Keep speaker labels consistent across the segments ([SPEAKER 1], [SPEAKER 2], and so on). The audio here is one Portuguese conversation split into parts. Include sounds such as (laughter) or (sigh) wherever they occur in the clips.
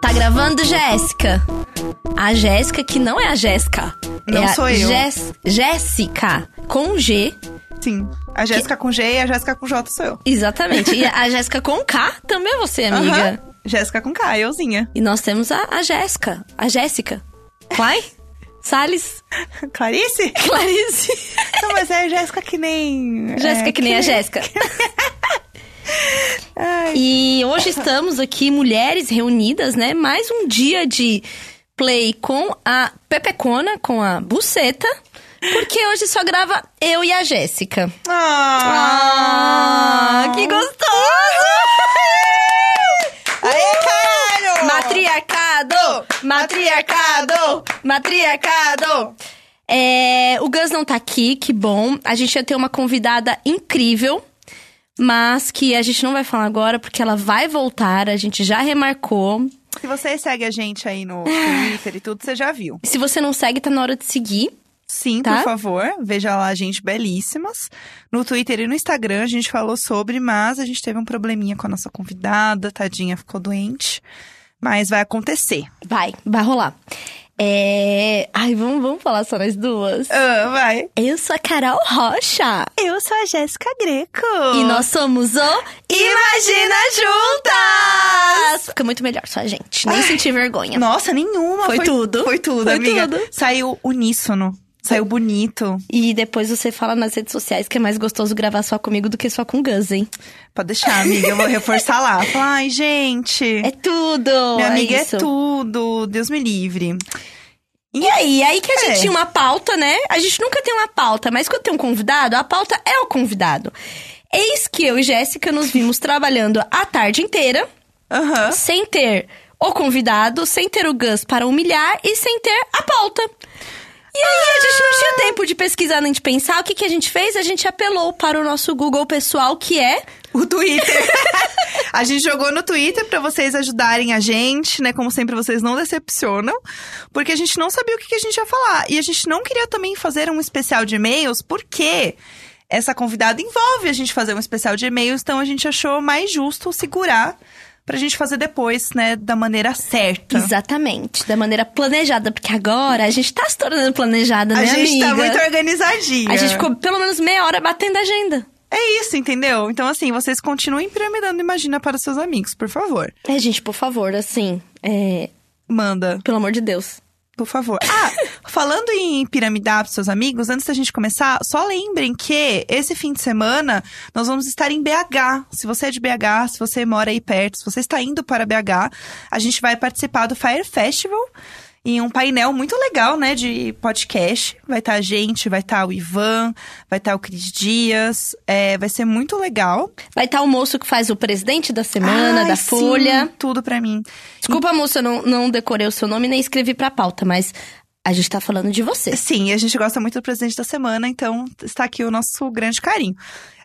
[SPEAKER 1] Tá gravando, Jéssica? A Jéssica, que não é a Jéssica.
[SPEAKER 2] Não
[SPEAKER 1] é
[SPEAKER 2] sou
[SPEAKER 1] a
[SPEAKER 2] eu.
[SPEAKER 1] Jés- Jéssica, com G,
[SPEAKER 2] Sim. A Jéssica com G e a Jéssica com J sou eu.
[SPEAKER 1] exatamente. E a Jéssica com K também é você, amiga.
[SPEAKER 2] Aham. Jéssica com K, euzinha. (laughs)
[SPEAKER 1] E nós temos a, a Jéssica. A Jéssica. Clay?
[SPEAKER 2] (laughs)
[SPEAKER 1] Salles?
[SPEAKER 2] Clarice?
[SPEAKER 1] Clarice?
[SPEAKER 2] Não, mas é Jéssica que nem.
[SPEAKER 1] Jéssica,
[SPEAKER 2] é,
[SPEAKER 1] que nem a Jéssica. (laughs) E hoje estamos aqui, mulheres reunidas, né? Mais um dia de play com a Pepecona, com a Buceta. Porque hoje só grava eu e a Jéssica.
[SPEAKER 2] Ah,
[SPEAKER 1] Ah, que gostoso!
[SPEAKER 2] Aê,
[SPEAKER 1] Uh!
[SPEAKER 2] caralho!
[SPEAKER 1] Matriarcado! Matriarcado! Matriarcado! É, o Gus não tá aqui, que bom. A gente ia ter uma convidada incrível, mas que a gente não vai falar agora porque ela vai voltar, a gente já remarcou.
[SPEAKER 2] Se você segue a gente aí no Twitter e tudo, você já viu.
[SPEAKER 1] Se você não segue, tá na hora de seguir.
[SPEAKER 2] Sim,
[SPEAKER 1] Tá?
[SPEAKER 2] por favor, veja lá, gente, belíssimas. No Twitter e no Instagram a gente falou sobre, mas a gente teve um probleminha com a nossa convidada, tadinha, ficou doente. Mas vai acontecer.
[SPEAKER 1] Vai, vai rolar. É... Ai, vamos, vamos falar só nós duas.
[SPEAKER 2] Ah, vai.
[SPEAKER 1] Eu sou a Carol Rocha.
[SPEAKER 2] Eu sou a Jéssica Greco.
[SPEAKER 1] E nós somos o Imagina Juntas! Fica muito melhor só a gente. Nem senti vergonha.
[SPEAKER 2] Nossa, nenhuma.
[SPEAKER 1] Foi tudo.
[SPEAKER 2] Foi tudo,
[SPEAKER 1] Foi
[SPEAKER 2] amiga.
[SPEAKER 1] tudo.
[SPEAKER 2] Saiu uníssono. Saiu bonito.
[SPEAKER 1] E depois você fala nas redes sociais que é mais gostoso gravar só comigo do que só com o Gus, hein?
[SPEAKER 2] Pode deixar, amiga. Eu vou reforçar lá. Falar, Ai, gente.
[SPEAKER 1] É tudo!
[SPEAKER 2] minha amiga é,
[SPEAKER 1] isso.
[SPEAKER 2] tudo. Deus me livre.
[SPEAKER 1] E aí, aí que a gente
[SPEAKER 2] É.
[SPEAKER 1] tinha uma pauta, né? A gente nunca tem uma pauta, mas quando tem um convidado, a pauta é o convidado. Eis que eu e Jéssica nos vimos trabalhando a tarde inteira,
[SPEAKER 2] Aham.
[SPEAKER 1] sem ter o convidado, sem ter o Gus para humilhar e sem ter a pauta. E aí, a gente não
[SPEAKER 2] Ah.
[SPEAKER 1] tinha tempo de pesquisar nem de pensar. O que, que a gente fez? A gente apelou para o nosso Google pessoal, que é
[SPEAKER 2] O Twitter. (laughs) a gente jogou no Twitter pra vocês ajudarem a gente, né? Como sempre, vocês não decepcionam. Porque a gente não sabia o que que a gente ia falar. E a gente não queria também fazer um especial de e-mails, porque essa convidada envolve a gente fazer um especial de e-mails. Então a gente achou mais justo segurar pra gente fazer depois, né? Da maneira certa.
[SPEAKER 1] Exatamente, da maneira planejada, porque agora a gente tá se tornando planejada,
[SPEAKER 2] A
[SPEAKER 1] né,
[SPEAKER 2] gente
[SPEAKER 1] amiga?
[SPEAKER 2] tá muito organizadinha.
[SPEAKER 1] A gente ficou pelo menos meia hora batendo a agenda.
[SPEAKER 2] É isso, entendeu? Então, assim, vocês continuem piramidando Imagina para seus amigos, por favor.
[SPEAKER 1] É, gente, por favor, assim, é,
[SPEAKER 2] Manda.
[SPEAKER 1] pelo amor de Deus.
[SPEAKER 2] Por favor.
[SPEAKER 1] (laughs)
[SPEAKER 2] Ah, falando em piramidar pros seus amigos, antes da gente começar, só lembrem que esse fim de semana nós vamos estar em BH. Se você é de BH, se você mora aí perto, se você está indo para BH, a gente vai participar do Fire Festival. Em um painel muito legal, né? De podcast. Vai estar a gente, vai estar o Ivan, vai estar o Cris Dias. É, vai ser muito legal.
[SPEAKER 1] Vai estar o moço que faz o presidente da semana,
[SPEAKER 2] Ai,
[SPEAKER 1] da
[SPEAKER 2] sim,
[SPEAKER 1] Folha.
[SPEAKER 2] Tudo pra mim.
[SPEAKER 1] Desculpa, moço, eu não, não decorei o seu nome nem escrevi pra pauta, mas a gente tá falando de você.
[SPEAKER 2] Sim, a gente gosta muito do presidente da semana, então está aqui o nosso grande carinho.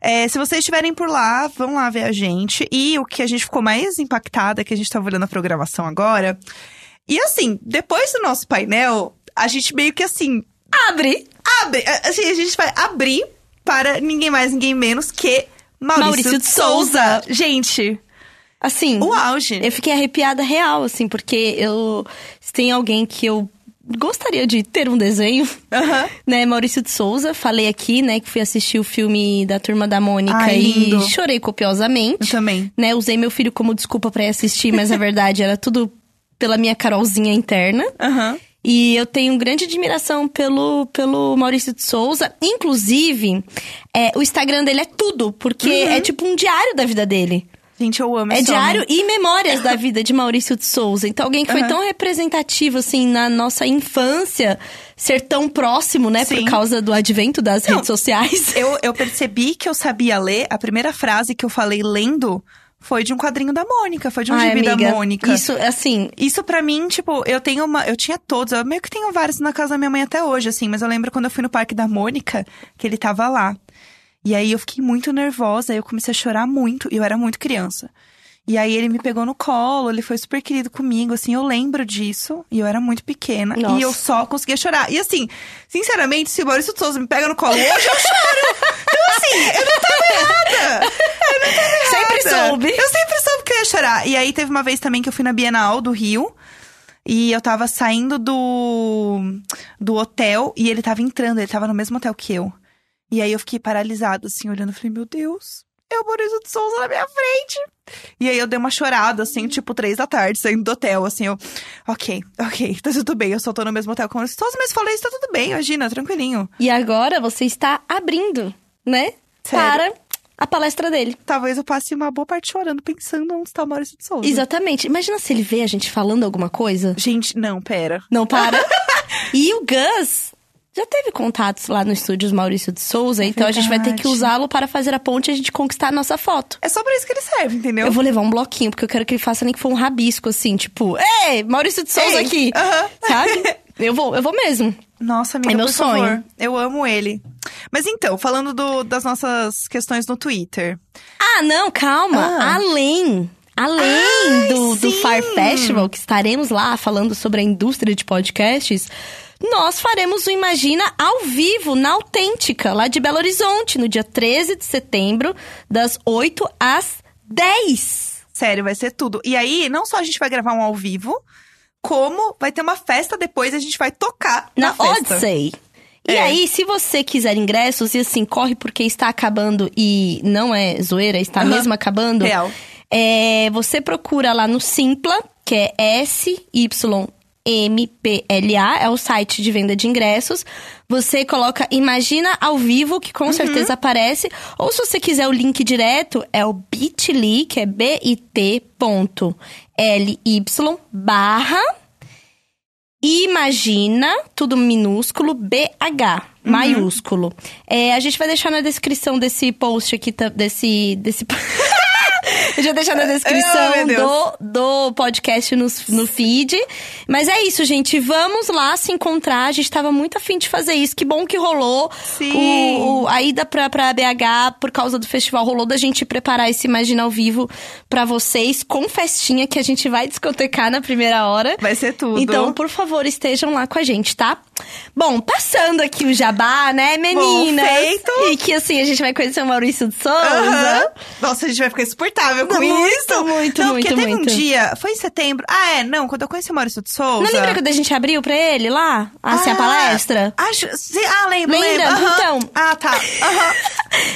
[SPEAKER 2] É, se vocês estiverem por lá, vão lá ver a gente. E o que a gente ficou mais impactada, que a gente estava olhando a programação agora. E assim, depois do nosso painel, a gente meio que assim,
[SPEAKER 1] Abre!
[SPEAKER 2] abre. a- Assim, a gente vai abrir para ninguém mais, ninguém menos que Maurício,
[SPEAKER 1] Maurício
[SPEAKER 2] de
[SPEAKER 1] de
[SPEAKER 2] Souza. Gente,
[SPEAKER 1] Assim.
[SPEAKER 2] o auge.
[SPEAKER 1] Eu fiquei arrepiada real, assim, porque eu. Se tem alguém que eu gostaria de ter um desenho,
[SPEAKER 2] Aham.
[SPEAKER 1] né? Maurício de Souza, falei aqui, né, que fui assistir o filme da Turma da Mônica
[SPEAKER 2] Ai,
[SPEAKER 1] e
[SPEAKER 2] lindo.
[SPEAKER 1] chorei copiosamente.
[SPEAKER 2] Eu também.
[SPEAKER 1] Né, usei meu filho como desculpa pra ir assistir, mas a verdade era tudo pela minha Carolzinha interna.
[SPEAKER 2] Aham.
[SPEAKER 1] E eu tenho grande admiração pelo, pelo Maurício de Souza. Inclusive, é, o Instagram dele é tudo, porque
[SPEAKER 2] Uhum.
[SPEAKER 1] é tipo um diário da vida dele.
[SPEAKER 2] Gente, eu amo
[SPEAKER 1] É
[SPEAKER 2] esse homem.
[SPEAKER 1] diário e memórias da vida de Maurício de Souza. Então, alguém que foi
[SPEAKER 2] Aham.
[SPEAKER 1] tão representativo, assim, na nossa infância, ser tão próximo, né?
[SPEAKER 2] Sim.
[SPEAKER 1] Por causa do advento das redes sociais.
[SPEAKER 2] Eu, eu percebi que eu sabia ler. A primeira frase que eu falei lendo foi de um quadrinho da Mônica, foi de um
[SPEAKER 1] Ai,
[SPEAKER 2] gibi da
[SPEAKER 1] amiga,
[SPEAKER 2] Mônica.
[SPEAKER 1] Isso, assim,
[SPEAKER 2] Isso pra mim, tipo, eu tenho uma. Eu tinha todos, eu meio que tenho vários na casa da minha mãe até hoje, assim, mas eu lembro quando eu fui no parque da Mônica que ele tava lá. E aí eu fiquei muito nervosa, eu comecei a chorar muito, e eu era muito criança. E aí ele me pegou no colo, ele foi super querido comigo, assim, eu lembro disso. E eu era muito pequena.
[SPEAKER 1] Nossa.
[SPEAKER 2] E eu só conseguia chorar. E assim, sinceramente, se o Maurício de Souza me pega no colo hoje, eu choro. Então assim, eu não tava errada.
[SPEAKER 1] Sempre
[SPEAKER 2] Nada.
[SPEAKER 1] soube.
[SPEAKER 2] É. Eu sempre soube que eu ia chorar. E aí teve uma vez também que eu fui na Bienal do Rio. E eu tava saindo do, do hotel e ele tava entrando, ele tava no mesmo hotel que eu. E aí eu fiquei paralisada, assim, olhando, falei, meu Deus, é o Maurício de Souza na minha frente. E aí eu dei uma chorada, assim, tipo, três da tarde, saindo do hotel, assim, eu, ok, ok, (laughs) tá tudo bem, eu só tô no mesmo hotel com o Maurício de Souza, mas falei, isso tá tudo bem, imagina, tranquilinho.
[SPEAKER 1] E agora você está abrindo, né?
[SPEAKER 2] Sério.
[SPEAKER 1] Para a palestra dele.
[SPEAKER 2] Talvez eu passe uma boa parte chorando, pensando onde está o Maurício de Souza.
[SPEAKER 1] Exatamente. Imagina se ele vê a gente falando alguma coisa.
[SPEAKER 2] Gente, não, pera.
[SPEAKER 1] Não
[SPEAKER 2] (laughs)
[SPEAKER 1] para. e o Gus já teve contatos lá no estúdios Maurício de Souza, então a gente vai ter que
[SPEAKER 2] verdade.
[SPEAKER 1] usá-lo para fazer a ponte e a gente conquistar a nossa foto.
[SPEAKER 2] É só pra isso que ele serve, entendeu?
[SPEAKER 1] Eu vou levar um bloquinho, porque eu quero que ele faça nem que for um rabisco, assim, tipo, ei, Maurício de Souza
[SPEAKER 2] Ei, (laughs)
[SPEAKER 1] aqui.
[SPEAKER 2] aham.
[SPEAKER 1] Sabe? Eu vou, eu vou mesmo.
[SPEAKER 2] Nossa, amiga,
[SPEAKER 1] É meu
[SPEAKER 2] por
[SPEAKER 1] sonho.
[SPEAKER 2] favor. Eu amo ele. Mas então, falando do- das nossas questões no Twitter.
[SPEAKER 1] Ah, não, calma.
[SPEAKER 2] Ah.
[SPEAKER 1] Além. Além
[SPEAKER 2] Ai,
[SPEAKER 1] do, do
[SPEAKER 2] sim.
[SPEAKER 1] Far Festival, que estaremos lá falando sobre a indústria de podcasts, nós faremos o Imagina ao vivo, na Autêntica, lá de Belo Horizonte, no dia 13 de setembro, das 8 às 10.
[SPEAKER 2] Sério, vai ser tudo. E aí, não só a gente vai gravar um ao vivo, como vai ter uma festa depois e a gente vai tocar
[SPEAKER 1] Na,
[SPEAKER 2] na, festa.
[SPEAKER 1] Odyssey. E
[SPEAKER 2] É.
[SPEAKER 1] aí, se você quiser ingressos, e assim, corre porque está acabando e não é zoeira, está
[SPEAKER 2] Aham.
[SPEAKER 1] mesmo acabando.
[SPEAKER 2] Real.
[SPEAKER 1] É, você procura lá no Simpla, que é S-Y-M-P-L-A, é o site de venda de ingressos. Você coloca Imagina ao vivo, que com certeza aparece. Ou se você quiser o link direto, é o bit.ly, que é bit.ly barra Imagina, tudo minúsculo, BH,
[SPEAKER 2] Uhum.
[SPEAKER 1] maiúsculo. É, a gente vai deixar na descrição desse post aqui, ta- desse. desse... (laughs) Eu já
[SPEAKER 2] (laughs)
[SPEAKER 1] deixar na descrição
[SPEAKER 2] meu Deus.
[SPEAKER 1] do, do podcast no, no feed. Mas é isso, gente. Vamos lá se encontrar. A gente tava muito afim de fazer isso. Que bom que rolou.
[SPEAKER 2] Sim.
[SPEAKER 1] O- o- a ida pra, pra BH, por causa do festival, rolou da gente preparar esse Imagina ao vivo pra vocês, com festinha que a gente vai discotecar na primeira hora.
[SPEAKER 2] Vai ser tudo.
[SPEAKER 1] Então, por favor, estejam lá com a gente, tá? Bom, passando aqui o jabá, né, meninas?
[SPEAKER 2] feito.
[SPEAKER 1] E que assim, a gente vai conhecer o Maurício de Souza.
[SPEAKER 2] Aham. Nossa, a gente vai ficar insuportável com
[SPEAKER 1] Muito,
[SPEAKER 2] isso.
[SPEAKER 1] muito,
[SPEAKER 2] não, porque
[SPEAKER 1] muito,
[SPEAKER 2] teve
[SPEAKER 1] muito.
[SPEAKER 2] um dia, foi em setembro. Ah, é, não, quando eu conheci o Maurício de Souza.
[SPEAKER 1] Não lembra quando a gente abriu pra ele lá? Assim,
[SPEAKER 2] Ah,
[SPEAKER 1] a palestra?
[SPEAKER 2] Acho, se- ah, lembro,
[SPEAKER 1] Lembra?
[SPEAKER 2] lembro. Aham.
[SPEAKER 1] Então.
[SPEAKER 2] Ah, tá.
[SPEAKER 1] (laughs)
[SPEAKER 2] Aham.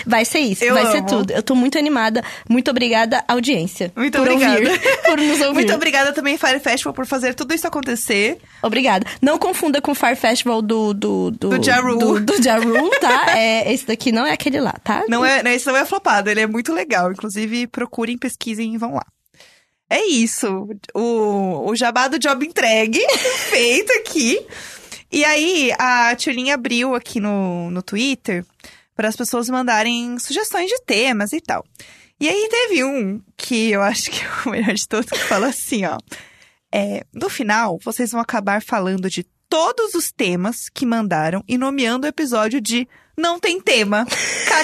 [SPEAKER 1] Vai ser isso,
[SPEAKER 2] Eu
[SPEAKER 1] vai ser
[SPEAKER 2] amo.
[SPEAKER 1] tudo. Eu tô muito animada. Muito obrigada, audiência.
[SPEAKER 2] Muito
[SPEAKER 1] por
[SPEAKER 2] obrigada.
[SPEAKER 1] Ouvir, (laughs) por nos ouvir.
[SPEAKER 2] Muito obrigada também, Fire Festival, por fazer tudo isso acontecer.
[SPEAKER 1] Obrigada. Não confunda com o Fire Festival do... Do,
[SPEAKER 2] Do Ja Rule.
[SPEAKER 1] Do, do Ja Rule, tá? É, esse daqui não é aquele lá, tá?
[SPEAKER 2] Não é, né, isso não é flopado, ele é muito legal. Inclusive, procurem, pesquisem e vão lá. É isso. O, o jabá do job entregue, (laughs) feito aqui. E aí, a Tchulinha abriu aqui no, no Twitter para as pessoas mandarem sugestões de temas e tal. E aí teve um que eu acho que é o melhor de todos, que fala assim, ó. É, no final, vocês vão acabar falando de todos os temas que mandaram e nomeando o episódio de Não Tem Tema.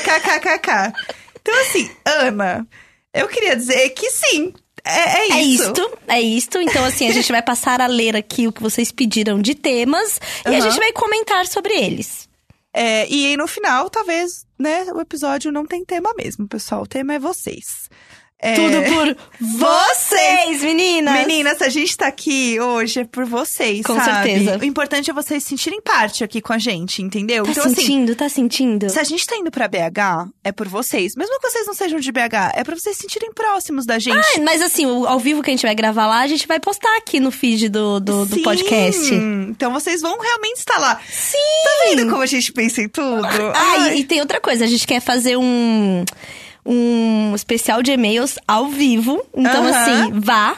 [SPEAKER 2] KKKKK. Então, assim, Ana, eu queria dizer que sim. É,
[SPEAKER 1] É
[SPEAKER 2] isso.
[SPEAKER 1] isto, é isto. Então, assim, a gente vai passar a ler aqui o que vocês pediram de temas e a
[SPEAKER 2] Aham.
[SPEAKER 1] gente vai comentar sobre eles.
[SPEAKER 2] É, e aí no final, talvez, né, o episódio não tem tema mesmo, pessoal. O tema é vocês. É,
[SPEAKER 1] Tudo por vocês, meninas!
[SPEAKER 2] Meninas, a gente tá aqui hoje é por vocês,
[SPEAKER 1] Com
[SPEAKER 2] sabe?
[SPEAKER 1] certeza.
[SPEAKER 2] O importante é vocês sentirem parte aqui com a gente, entendeu?
[SPEAKER 1] Tá
[SPEAKER 2] então, assim,
[SPEAKER 1] sentindo, tá sentindo?
[SPEAKER 2] se a gente tá indo pra BH, é por vocês. Mesmo que vocês não sejam de BH, é pra vocês se sentirem próximos da gente.
[SPEAKER 1] Ah, Mas assim, o- ao vivo que a gente vai gravar lá, a gente vai postar aqui no feed do, é do, do
[SPEAKER 2] Sim.
[SPEAKER 1] podcast.
[SPEAKER 2] Então vocês vão realmente estar lá. Sim! Tá vendo como a gente pensa em tudo?
[SPEAKER 1] Ah,
[SPEAKER 2] Ai.
[SPEAKER 1] e, e tem outra coisa, a gente quer fazer um, um especial de e-mails ao vivo. Então,
[SPEAKER 2] Aham.
[SPEAKER 1] assim, vá.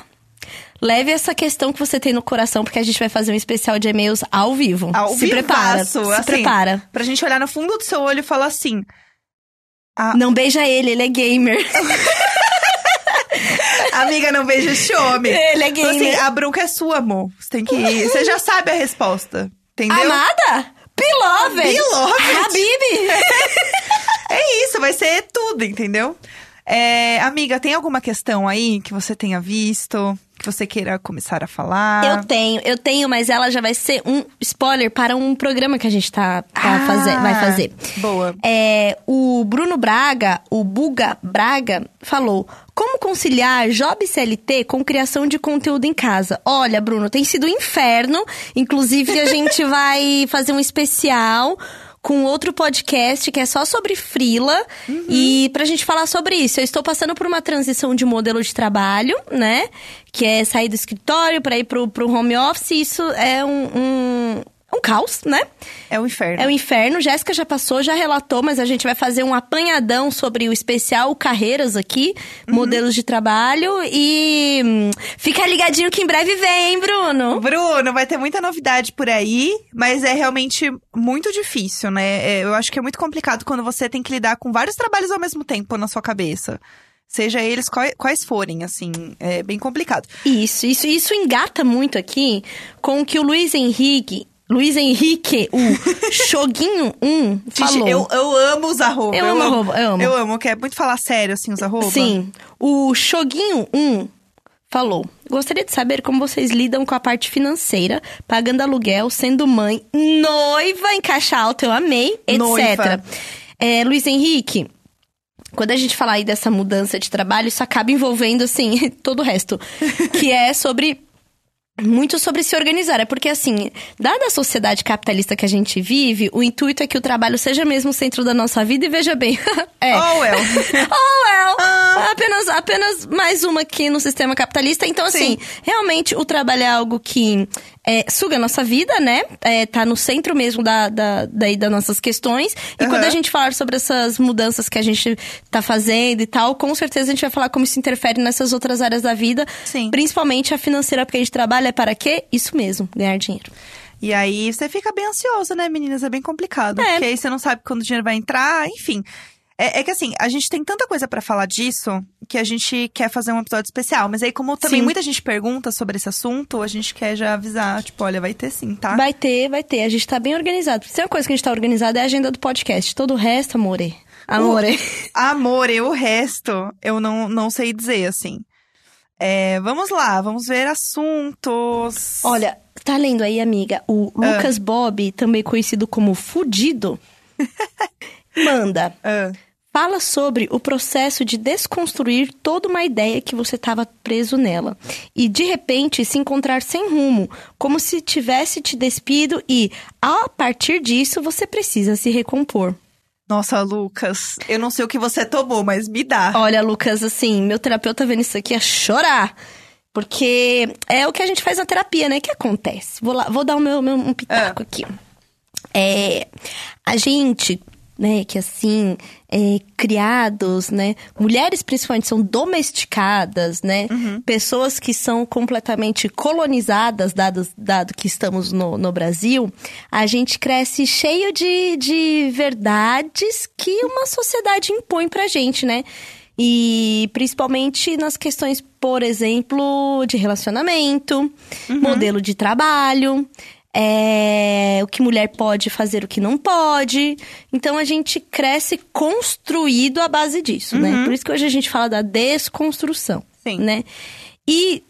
[SPEAKER 1] Leve essa questão que você tem no coração, porque a gente vai fazer um especial de e-mails ao vivo.
[SPEAKER 2] Ao
[SPEAKER 1] se prepara.
[SPEAKER 2] vivaço,
[SPEAKER 1] Se
[SPEAKER 2] assim.
[SPEAKER 1] prepara.
[SPEAKER 2] Pra gente olhar no fundo do seu olho e falar assim:
[SPEAKER 1] Não beija ele, ele é gamer.
[SPEAKER 2] (laughs) Amiga, não beija
[SPEAKER 1] (laughs)
[SPEAKER 2] esse homem.
[SPEAKER 1] ele é
[SPEAKER 2] Então,
[SPEAKER 1] gamer.
[SPEAKER 2] assim, a bronca é sua, amor. Você tem que ir. Você já sabe a
[SPEAKER 1] Ah,
[SPEAKER 2] resposta. Entendeu?
[SPEAKER 1] Amada? Beloved!
[SPEAKER 2] Beloved.
[SPEAKER 1] Habib!
[SPEAKER 2] É isso, vai ser tudo, entendeu? É, amiga, tem alguma questão aí que você tenha visto, que você queira começar a falar?
[SPEAKER 1] Eu tenho, eu tenho, mas ela já vai ser um spoiler para um programa que a gente tá, tá
[SPEAKER 2] Ah,
[SPEAKER 1] fazer, vai fazer.
[SPEAKER 2] Boa.
[SPEAKER 1] É, o Bruno Braga, o Buga Braga, falou: Como conciliar job CLT com criação de conteúdo em casa? Olha, Bruno, tem sido um inferno. Inclusive, a gente vai fazer um especial com outro podcast que é só sobre frila e pra gente falar sobre isso. Eu estou passando por uma transição de modelo de trabalho, né? Que é sair do escritório pra ir pro, pro home office. Isso é um, um, um caos, né?
[SPEAKER 2] É o inferno.
[SPEAKER 1] É o inferno. Jéssica já passou, já relatou, mas a gente vai fazer um apanhadão sobre o especial carreiras aqui, modelos de trabalho. E hum, fica ligadinho que em breve vem, hein, Bruno?
[SPEAKER 2] Bruno, vai ter muita novidade por aí, mas é realmente muito difícil, né? É, eu acho que é muito complicado quando você tem que lidar com vários trabalhos ao mesmo tempo na sua cabeça. Seja eles quais, quais forem, assim, é bem complicado.
[SPEAKER 1] Isso, isso, isso engata muito aqui com o que o Luiz Henrique. Luiz Henrique, o um Choguinho 1,
[SPEAKER 2] Gente,
[SPEAKER 1] falou.
[SPEAKER 2] eu, eu amo os arroba.
[SPEAKER 1] Eu amo arroba, eu amo.
[SPEAKER 2] Eu amo, que é muito falar sério, assim, os arroba.
[SPEAKER 1] Sim. O Shoguinho 1 falou: Gostaria de saber como vocês lidam com a parte financeira, pagando aluguel, sendo mãe, noiva em caixa alta, eu amei, etc.
[SPEAKER 2] Noiva.
[SPEAKER 1] É, Luiz Henrique. Quando a gente falar aí dessa mudança de trabalho, isso acaba envolvendo, assim, (laughs) todo o resto. Que é sobre muito sobre se organizar. É porque, assim, dada a sociedade capitalista que a gente vive, o intuito é que o trabalho seja mesmo o centro da nossa vida e veja bem. (laughs) é.
[SPEAKER 2] Oh, well.
[SPEAKER 1] Oh, well.
[SPEAKER 2] Ah.
[SPEAKER 1] Apenas, apenas mais uma aqui no sistema capitalista. Então, assim,
[SPEAKER 2] Sim.
[SPEAKER 1] realmente o trabalho é algo que é, suga a nossa vida, né? É, tá no centro mesmo da, da, daí das nossas questões. E
[SPEAKER 2] Aham.
[SPEAKER 1] quando a gente falar sobre essas mudanças que a gente tá fazendo e tal, com certeza a gente vai falar como isso interfere nessas outras áreas da vida.
[SPEAKER 2] (laughs) Sim.
[SPEAKER 1] Principalmente a financeira, porque a gente trabalha para quê? Isso mesmo, ganhar dinheiro.
[SPEAKER 2] E aí você fica bem ansioso, né, meninas? É bem complicado.
[SPEAKER 1] É.
[SPEAKER 2] Porque aí você não sabe quando o dinheiro vai entrar, enfim. É, é que assim, a gente tem tanta coisa pra falar disso que a gente quer fazer um episódio especial. Mas aí, como também
[SPEAKER 1] Sim.
[SPEAKER 2] muita gente pergunta sobre esse assunto, a gente quer já avisar, tipo, olha, vai ter sim, tá?
[SPEAKER 1] Vai ter, vai ter. A gente tá bem organizado. Se tem uma coisa que a gente tá organizada é a agenda do podcast. Todo o resto, amore. Amore.
[SPEAKER 2] Amor, eu o resto, eu não, não sei dizer, assim. É, vamos lá, vamos ver assuntos.
[SPEAKER 1] Olha, tá lendo aí, amiga? O Lucas Bob, também conhecido como Fudido, manda.
[SPEAKER 2] Ah,
[SPEAKER 1] Fala sobre o processo de desconstruir toda uma ideia que você estava preso nela. E de repente se encontrar sem rumo, como se tivesse te despido, e a partir disso você precisa se recompor.
[SPEAKER 2] nossa, Lucas, eu não sei o que você tomou, mas me dá.
[SPEAKER 1] Olha, Lucas, assim, meu terapeuta vendo isso aqui a chorar. Porque é o que a gente faz na terapia, né? O que acontece? Vou, lá, vou dar o meu, meu um pitaco aqui. É, a gente, né, que assim, é, criados, né? Mulheres principalmente são domesticadas, né? Pessoas que são completamente colonizadas, dadas, dado que estamos no, no Brasil, a gente cresce cheio de, de verdades que uma sociedade impõe pra gente, né? E principalmente nas questões, por exemplo, de relacionamento, modelo de trabalho, é, o que mulher pode fazer, o que não pode. Então a gente cresce construído à base disso, né? Por isso que hoje a gente fala da desconstrução,
[SPEAKER 2] Sim.
[SPEAKER 1] né? E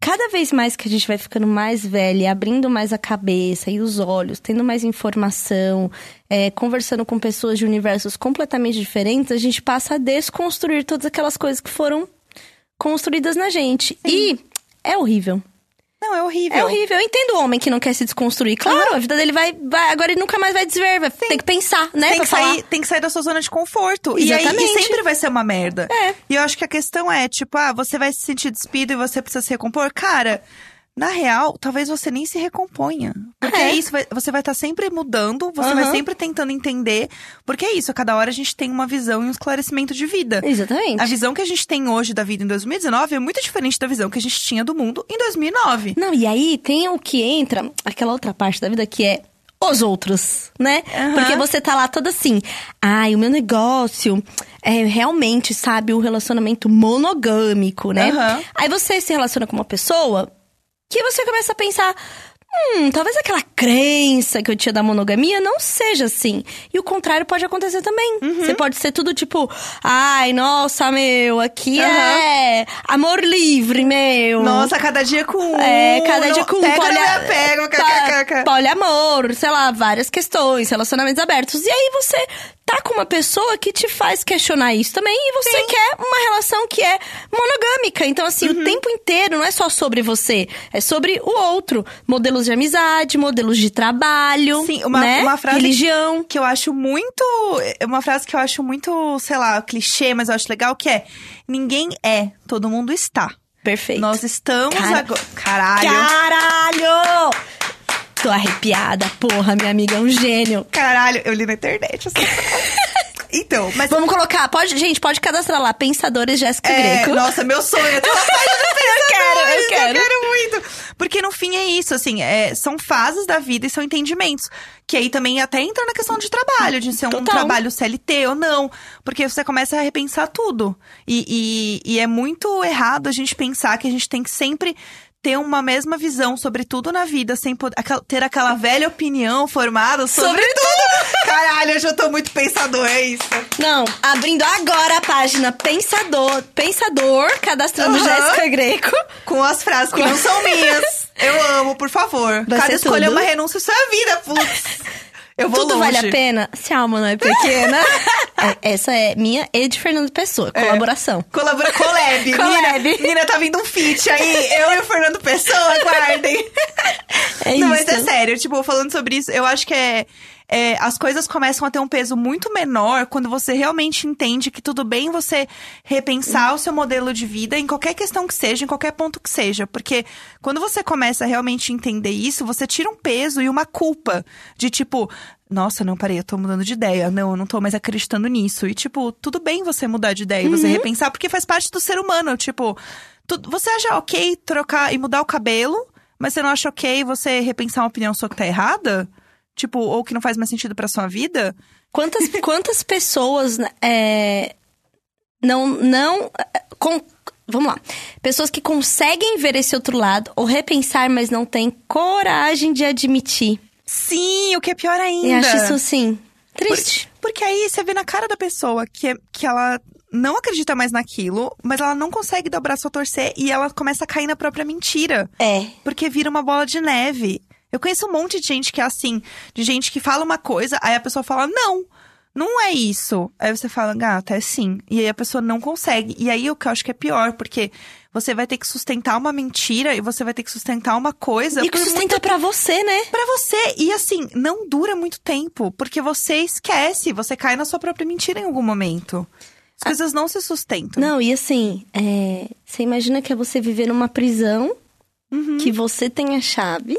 [SPEAKER 1] cada vez mais que a gente vai ficando mais velha, abrindo mais a cabeça e os olhos, tendo mais informação, é, conversando com pessoas de universos completamente diferentes, a gente passa a desconstruir todas aquelas coisas que foram construídas na gente. E é horrível.
[SPEAKER 2] Não, é horrível.
[SPEAKER 1] É horrível. Eu entendo o homem que não quer se desconstruir. Claro, a vida dele vai, vai- Agora ele nunca mais vai desver, vai ter que pensar, né?
[SPEAKER 2] tem
[SPEAKER 1] pra
[SPEAKER 2] que,
[SPEAKER 1] falar.
[SPEAKER 2] sair, tem que sair da sua zona de conforto. E aí- E,
[SPEAKER 1] Exatamente.
[SPEAKER 2] sempre vai ser uma merda.
[SPEAKER 1] É.
[SPEAKER 2] E eu acho que a questão é, tipo, ah, você vai se sentir despido e você precisa se recompor. Cara, na real, talvez você nem se recomponha. Porque
[SPEAKER 1] É.
[SPEAKER 2] é isso, vai- você vai estar sempre mudando, você
[SPEAKER 1] Aham.
[SPEAKER 2] vai sempre tentando entender. Porque é isso, a cada hora a gente tem uma visão e um esclarecimento de vida.
[SPEAKER 1] Exatamente.
[SPEAKER 2] A visão que a gente tem hoje da vida em 2019 é muito diferente da visão que a gente tinha do mundo em 2009.
[SPEAKER 1] Não, e aí tem o que entra, aquela outra parte da vida que é os outros, né?
[SPEAKER 2] Aham.
[SPEAKER 1] Porque você tá lá toda assim, ai, o meu negócio é realmente, sabe, o relacionamento monogâmico, né?
[SPEAKER 2] Aham.
[SPEAKER 1] Aí você se relaciona com uma pessoa que você começa a pensar, Hum, talvez aquela crença que eu tinha da monogamia não seja assim. E o contrário pode acontecer também.
[SPEAKER 2] Uhum.
[SPEAKER 1] Você pode ser tudo tipo, ai, nossa, meu, aqui
[SPEAKER 2] Aham.
[SPEAKER 1] é amor livre, meu.
[SPEAKER 2] Nossa, cada dia com um.
[SPEAKER 1] É, cada dia com um tá,
[SPEAKER 2] pega,
[SPEAKER 1] polia-
[SPEAKER 2] Pega, pega,
[SPEAKER 1] pa-
[SPEAKER 2] pega, pega.
[SPEAKER 1] poliamor, sei lá, várias questões, relacionamentos abertos. E aí você tá com uma pessoa que te faz questionar isso também e você quer uma relação que é monogâmica. Então, assim,
[SPEAKER 2] Uhum.
[SPEAKER 1] o tempo inteiro não é só sobre você, é sobre o outro. Modelos de amizade, modelos de trabalho,
[SPEAKER 2] Sim, uma-
[SPEAKER 1] né?
[SPEAKER 2] uma frase-
[SPEAKER 1] religião.
[SPEAKER 2] que eu acho muito. é Uma frase que eu acho muito, sei lá, clichê, mas eu acho legal, que é: ninguém é, todo mundo está.
[SPEAKER 1] Perfeito.
[SPEAKER 2] Nós estamos
[SPEAKER 1] Cara-
[SPEAKER 2] agora. Caralho!
[SPEAKER 1] Caralho! Tô arrepiada, porra, minha amiga é um gênio.
[SPEAKER 2] Caralho, eu li na
[SPEAKER 1] (laughs)
[SPEAKER 2] internet. essa frase. então, mas.
[SPEAKER 1] Vamos colocar, pode, gente, pode cadastrar lá, Pensadores Jéssica
[SPEAKER 2] É,
[SPEAKER 1] Greco.
[SPEAKER 2] nossa, meu
[SPEAKER 1] (laughs)
[SPEAKER 2] sonho é ter uma página do
[SPEAKER 1] quero, eu
[SPEAKER 2] Pensadores,
[SPEAKER 1] quero.
[SPEAKER 2] Eu quero muito. Porque no fim é isso, assim, é, são fases da vida e são entendimentos. Que aí também até entra na questão de trabalho, de ser um
[SPEAKER 1] Total.
[SPEAKER 2] trabalho CLT ou não. Porque você começa a repensar tudo. E, e- e é muito errado a gente pensar que a gente tem que sempre ter uma mesma visão sobre tudo na vida, sem pod- aquela- ter aquela velha opinião formada sobre,
[SPEAKER 1] Sobre
[SPEAKER 2] tudo. Caralho, hoje eu tô muito pensador, é isso.
[SPEAKER 1] Não, abrindo agora a página Pensador, Pensador, cadastrando
[SPEAKER 2] Aham.
[SPEAKER 1] Jéssica Greco.
[SPEAKER 2] Com as frases que não são minhas. (laughs) Eu amo, por favor.
[SPEAKER 1] Vai
[SPEAKER 2] Cada
[SPEAKER 1] ser
[SPEAKER 2] escolha é
[SPEAKER 1] tudo.
[SPEAKER 2] uma renúncia, isso é a vida, putz. Eu vou
[SPEAKER 1] Tudo
[SPEAKER 2] longe.
[SPEAKER 1] vale a pena se a alma não é
[SPEAKER 2] (laughs)
[SPEAKER 1] pequena. É, Essa é minha e de Fernando Pessoa,
[SPEAKER 2] É.
[SPEAKER 1] colaboração.
[SPEAKER 2] Colabora, collab.
[SPEAKER 1] Collab.
[SPEAKER 2] Nina, Nina, tá vindo um feat aí. Eu e o Fernando Pessoa, aguardem.
[SPEAKER 1] É
[SPEAKER 2] não,
[SPEAKER 1] isso.
[SPEAKER 2] mas é sério, tipo, falando sobre isso, eu acho que é, é, As coisas começam a ter um peso muito menor quando você realmente entende que tudo bem você repensar o seu modelo de vida em qualquer questão que seja, em qualquer ponto que seja. Porque quando você começa a realmente entender isso, você tira um peso e uma culpa de tipo. Nossa, não, parei, eu tô mudando de ideia. Não, eu não tô mais acreditando nisso. E, tipo, tudo bem você mudar de ideia e
[SPEAKER 1] Uhum.
[SPEAKER 2] você repensar, porque faz parte do ser humano. Tipo, tu- você acha ok trocar e mudar o cabelo, mas você não acha ok você repensar uma opinião sua que tá errada? Tipo, ou que não faz mais sentido pra sua vida?
[SPEAKER 1] Quantas, quantas pessoas né, é, não. não é, com- vamos lá. Pessoas que conseguem ver esse outro lado ou repensar, mas não têm coragem de admitir.
[SPEAKER 2] Sim, o que é pior ainda.
[SPEAKER 1] Eu acho isso, assim, triste.
[SPEAKER 2] Porque aí você vê na cara da pessoa que, é, que ela não acredita mais naquilo, mas ela não consegue dobrar sua torcer e ela começa a cair na própria mentira.
[SPEAKER 1] É.
[SPEAKER 2] Porque vira uma bola de neve. Eu conheço um monte de gente que é assim, de gente que fala uma coisa, aí a pessoa fala, não, não é isso. Aí você fala, gata, é sim. E aí a pessoa não consegue. E aí o que eu acho que é pior, porque você vai ter que sustentar uma mentira e você vai ter que sustentar uma coisa.
[SPEAKER 1] E que
[SPEAKER 2] por muito
[SPEAKER 1] sustenta pra você, né?
[SPEAKER 2] Pra você. E assim, não dura muito tempo, porque você esquece, você cai na sua própria mentira em algum momento. As coisas Ah. não se sustentam.
[SPEAKER 1] Não, e assim, é, você imagina que é você viver numa prisão
[SPEAKER 2] Uhum.
[SPEAKER 1] que você tem a chave,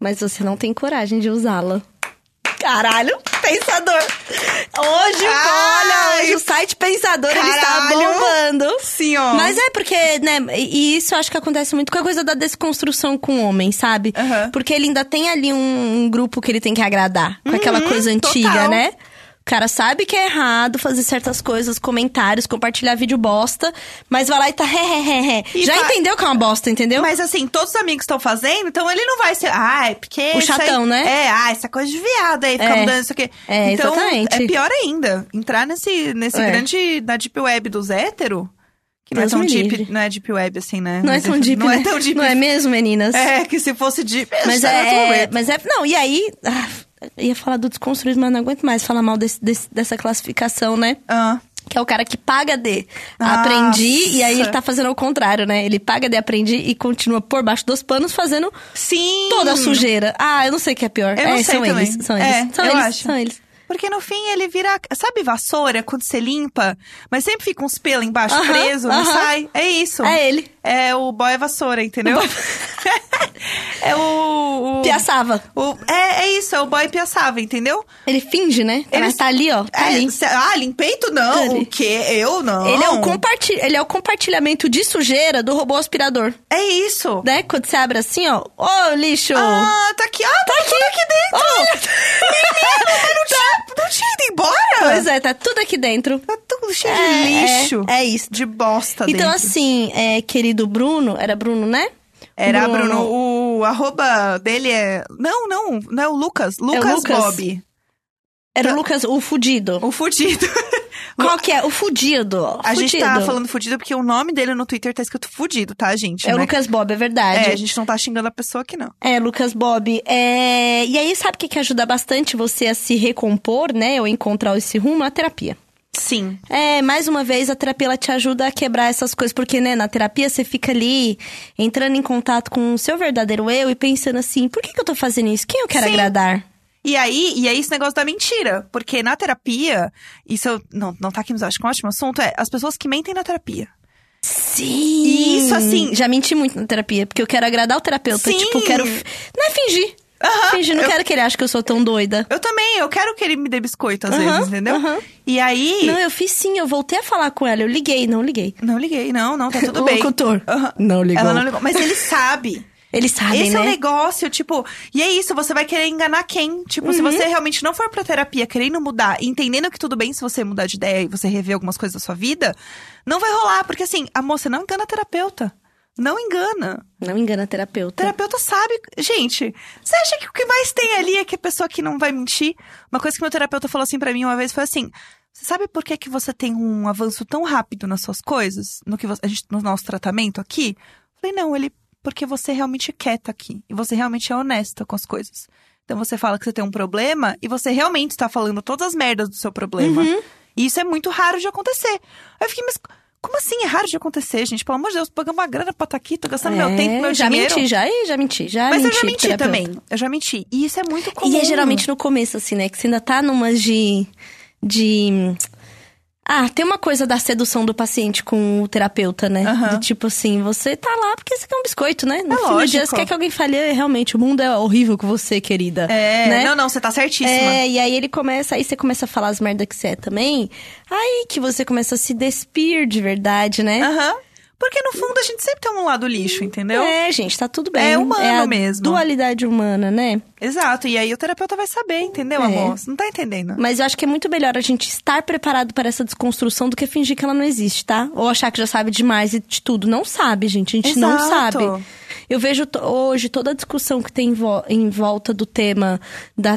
[SPEAKER 1] mas você não tem coragem de usá-la. Caralho, pensador. Hoje,
[SPEAKER 2] Ai,
[SPEAKER 1] olha, hoje o site Pensador ele está
[SPEAKER 2] caralho.
[SPEAKER 1] bombando.
[SPEAKER 2] Sim, ó.
[SPEAKER 1] Mas é porque, né, e e isso eu acho que acontece muito com a coisa da desconstrução com o homem, sabe?
[SPEAKER 2] Aham.
[SPEAKER 1] Porque ele ainda tem ali um, um grupo que ele tem que agradar, com aquela coisa antiga,
[SPEAKER 2] Uhum, total.
[SPEAKER 1] né? O cara sabe que é errado fazer certas coisas, comentários, compartilhar vídeo bosta, mas vai lá e tá ré, ré, ré, ré.
[SPEAKER 2] E
[SPEAKER 1] Já
[SPEAKER 2] tá-
[SPEAKER 1] entendeu que é uma bosta, entendeu?
[SPEAKER 2] Mas assim, todos os amigos estão fazendo, então ele não vai ser. Ah, é porque.
[SPEAKER 1] O
[SPEAKER 2] isso aí-
[SPEAKER 1] chatão, né?
[SPEAKER 2] É, ah, essa coisa de viado aí, fica
[SPEAKER 1] É.
[SPEAKER 2] mudando isso aqui.
[SPEAKER 1] É,
[SPEAKER 2] então,
[SPEAKER 1] exatamente.
[SPEAKER 2] é pior ainda. Entrar nesse, nesse
[SPEAKER 1] É.
[SPEAKER 2] grande. na Deep Web dos hétero. Que não
[SPEAKER 1] Deus
[SPEAKER 2] é tão
[SPEAKER 1] me
[SPEAKER 2] deep.
[SPEAKER 1] livre.
[SPEAKER 2] Não é deep web assim, né?
[SPEAKER 1] não é
[SPEAKER 2] Mas
[SPEAKER 1] tão
[SPEAKER 2] enfim,
[SPEAKER 1] deep,
[SPEAKER 2] Não
[SPEAKER 1] né?
[SPEAKER 2] é tão deep.
[SPEAKER 1] Não é mesmo, meninas?
[SPEAKER 2] (laughs) É, que se fosse deep.
[SPEAKER 1] Mas
[SPEAKER 2] tá na Deep
[SPEAKER 1] é,
[SPEAKER 2] Web.
[SPEAKER 1] mas é. Não, e aí. ah, ia falar do desconstruído, mas não aguento mais falar mal desse- desse- dessa classificação, né?
[SPEAKER 2] Ah.
[SPEAKER 1] Que é o cara que paga de
[SPEAKER 2] Nossa.
[SPEAKER 1] aprendi e aí ele tá fazendo o contrário, né? Ele paga de aprendi e continua por baixo dos panos fazendo
[SPEAKER 2] Sim!
[SPEAKER 1] toda a sujeira. Ah, eu não sei o que é pior.
[SPEAKER 2] Hum. Eu não
[SPEAKER 1] é,
[SPEAKER 2] sei
[SPEAKER 1] são
[SPEAKER 2] também.
[SPEAKER 1] eles, são
[SPEAKER 2] É,
[SPEAKER 1] eles. São
[SPEAKER 2] eu
[SPEAKER 1] eles,
[SPEAKER 2] acho.
[SPEAKER 1] são eles.
[SPEAKER 2] Porque no fim ele vira. Sabe vassoura quando você limpa? Mas sempre fica uns pelos embaixo
[SPEAKER 1] Aham,
[SPEAKER 2] preso, não
[SPEAKER 1] aham.
[SPEAKER 2] sai. É isso.
[SPEAKER 1] É ele.
[SPEAKER 2] É o boy vassoura, entendeu? (laughs) é o. o...
[SPEAKER 1] Piaçava.
[SPEAKER 2] o- é, é isso, é o boy piaçava, entendeu?
[SPEAKER 1] Ele finge, né? Mas
[SPEAKER 2] Eles-
[SPEAKER 1] tá ali, ó. Tá
[SPEAKER 2] É,
[SPEAKER 1] ali.
[SPEAKER 2] cê- ah, limpei tu não.
[SPEAKER 1] Tá ali.
[SPEAKER 2] O quê? Eu não.
[SPEAKER 1] Ele é, o comparti... ele é o compartilhamento de sujeira do robô aspirador.
[SPEAKER 2] É isso.
[SPEAKER 1] Né? Quando você abre assim, ó. Ô, lixo!
[SPEAKER 2] Ah, tá aqui. Ah, tá, aqui. tudo aqui dentro.
[SPEAKER 1] (laughs)
[SPEAKER 2] Mas não, tinha, não tinha ido embora?
[SPEAKER 1] Tá. Pois é, tá tudo aqui dentro.
[SPEAKER 2] Tá tudo cheio
[SPEAKER 1] É,
[SPEAKER 2] de lixo.
[SPEAKER 1] é, é isso.
[SPEAKER 2] De bosta
[SPEAKER 1] Então,
[SPEAKER 2] dentro.
[SPEAKER 1] assim, é, querido Bruno, era Bruno, né?
[SPEAKER 2] Era Bruno, o o arroba dele é. Não, não, não é o Lucas. Lucas,
[SPEAKER 1] Lucas.
[SPEAKER 2] Bob.
[SPEAKER 1] Era o Lucas, o fudido. (laughs)
[SPEAKER 2] O fudido.
[SPEAKER 1] Qual que é? O fudido.
[SPEAKER 2] A gente tá
[SPEAKER 1] Fudido.
[SPEAKER 2] falando fudido porque o nome dele no Twitter tá escrito fudido, tá, gente?
[SPEAKER 1] É o
[SPEAKER 2] Não
[SPEAKER 1] Lucas Bob, é
[SPEAKER 2] É,
[SPEAKER 1] verdade.
[SPEAKER 2] a gente não tá xingando a pessoa aqui, não.
[SPEAKER 1] É, Lucas Bob. é, E aí, sabe o que, que ajuda bastante você a se recompor, né? Ou encontrar esse rumo? A terapia.
[SPEAKER 2] Sim.
[SPEAKER 1] É, mais uma vez, a terapia ela te ajuda a quebrar essas coisas, porque, né, na terapia você fica ali entrando em contato com o seu verdadeiro eu e pensando assim: por que, que eu tô fazendo isso? Quem eu quero
[SPEAKER 2] Sim.
[SPEAKER 1] agradar?
[SPEAKER 2] E aí, e aí esse negócio da mentira. Porque na terapia, isso eu- não, não tá aqui, mas eu acho que é um ótimo assunto, é as pessoas que mentem na terapia.
[SPEAKER 1] Sim!
[SPEAKER 2] E isso, assim-
[SPEAKER 1] Já menti muito na terapia, porque eu quero agradar o terapeuta.
[SPEAKER 2] Sim.
[SPEAKER 1] Tipo, eu quero. Não é fingir.
[SPEAKER 2] Aham,
[SPEAKER 1] fingir, não quero que ele ache que eu sou tão doida.
[SPEAKER 2] Eu também, eu quero que ele me dê biscoito às
[SPEAKER 1] Aham,
[SPEAKER 2] vezes, entendeu?
[SPEAKER 1] aham.
[SPEAKER 2] E aí.
[SPEAKER 1] Não, é- eu fiz sim, eu voltei a falar com ela. Eu liguei, não liguei.
[SPEAKER 2] Não liguei, não, não, tá tudo
[SPEAKER 1] O
[SPEAKER 2] bem.
[SPEAKER 1] locutor
[SPEAKER 2] Aham.
[SPEAKER 1] não ligou.
[SPEAKER 2] Ela não ligou. Mas ele sabe.
[SPEAKER 1] Eles sabem,
[SPEAKER 2] Esse
[SPEAKER 1] né?
[SPEAKER 2] é o negócio, tipo, e é isso, você vai querer enganar quem? Tipo, se
[SPEAKER 1] Uhum.
[SPEAKER 2] você realmente não for pra terapia querendo mudar, entendendo que tudo bem se você mudar de ideia e você rever algumas coisas da sua vida, não vai rolar, porque assim, a moça não engana a terapeuta. Não engana.
[SPEAKER 1] Não engana a
[SPEAKER 2] O
[SPEAKER 1] terapeuta.
[SPEAKER 2] terapeuta sabe. Gente, você acha que o que mais tem ali é que a pessoa que não vai mentir? Uma coisa que meu terapeuta falou assim pra mim uma vez foi assim: você sabe por que, que você tem um avanço tão rápido nas suas coisas? No que você- a gente, no nosso tratamento aqui? Eu falei, não, ele. Porque você realmente quer tá aqui. E você realmente é honesta com as coisas. Então você fala que você tem um problema e você realmente está falando todas as merdas do seu problema.
[SPEAKER 1] Uhum.
[SPEAKER 2] E isso é muito raro de acontecer. Aí eu fiquei, mas. Como assim é raro de acontecer, gente? Pelo amor de Deus, pagando uma grana pra estar aqui, tô gastando meu
[SPEAKER 1] É,
[SPEAKER 2] tempo, meu
[SPEAKER 1] já
[SPEAKER 2] dinheiro.
[SPEAKER 1] menti, já, ih, já menti, já
[SPEAKER 2] Mas
[SPEAKER 1] menti.
[SPEAKER 2] eu já menti
[SPEAKER 1] terapeuta.
[SPEAKER 2] também. Eu já menti. E isso é muito comum.
[SPEAKER 1] E é geralmente no começo, assim, né? Que você ainda tá numa de. de. Ah, tem uma coisa da sedução do paciente com o terapeuta, né?
[SPEAKER 2] Aham.
[SPEAKER 1] Do tipo assim, você tá lá porque você quer um biscoito, né? No
[SPEAKER 2] É
[SPEAKER 1] fim do dia,
[SPEAKER 2] lógico.
[SPEAKER 1] você quer que alguém fale, "É, realmente, o mundo é horrível com você, querida.
[SPEAKER 2] É,
[SPEAKER 1] né?
[SPEAKER 2] não, não, você tá certíssima.
[SPEAKER 1] É, e aí ele começa, aí você começa a falar as merdas que você é também. Aí que você começa a se despir de verdade, né?
[SPEAKER 2] Aham. Porque no fundo a gente sempre tem Ah, um lado lixo, entendeu?
[SPEAKER 1] É, gente, tá tudo bem.
[SPEAKER 2] É humano
[SPEAKER 1] a
[SPEAKER 2] mesmo.
[SPEAKER 1] Dualidade humana, né?
[SPEAKER 2] Exato. E aí o terapeuta vai saber, entendeu,
[SPEAKER 1] É.
[SPEAKER 2] amor? Você não tá entendendo.
[SPEAKER 1] Mas eu acho que é muito melhor a gente estar preparado para essa desconstrução do que fingir que ela não existe, tá? Ou achar que já sabe demais e de tudo. Não sabe, gente. A gente não
[SPEAKER 2] Exato.
[SPEAKER 1] sabe. Eu vejo to- hoje toda a discussão que tem em, vo- em volta do tema da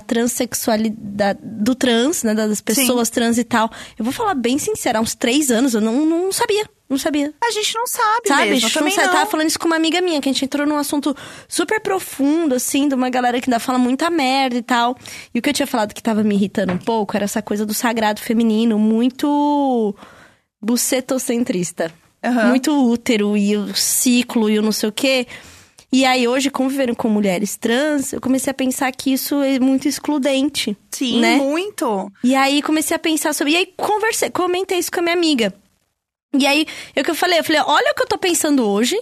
[SPEAKER 1] transexualidade, do trans, né? Das pessoas trans e tal. Eu vou falar bem sincera, há uns três anos eu não, não sabia. Não sabia.
[SPEAKER 2] A gente não sabe,
[SPEAKER 1] Sabe?
[SPEAKER 2] mesmo.
[SPEAKER 1] a gente não
[SPEAKER 2] também
[SPEAKER 1] sabe.
[SPEAKER 2] não.
[SPEAKER 1] Tava falando isso com uma amiga minha, que a gente entrou num assunto super profundo, assim, de uma galera que ainda fala muita merda e tal. E o que eu tinha falado que tava me irritando um pouco era essa coisa do sagrado feminino, muito bucetocentrista.
[SPEAKER 2] Aham.
[SPEAKER 1] Muito útero e o ciclo e o não sei o quê. E aí, hoje, convivendo com mulheres trans, eu comecei a pensar que isso é muito excludente.
[SPEAKER 2] Sim,
[SPEAKER 1] né?
[SPEAKER 2] muito.
[SPEAKER 1] E aí comecei a pensar sobre. E aí conversei, comentei isso com a minha amiga. E aí, eu que eu falei, eu falei, olha o que eu tô pensando hoje.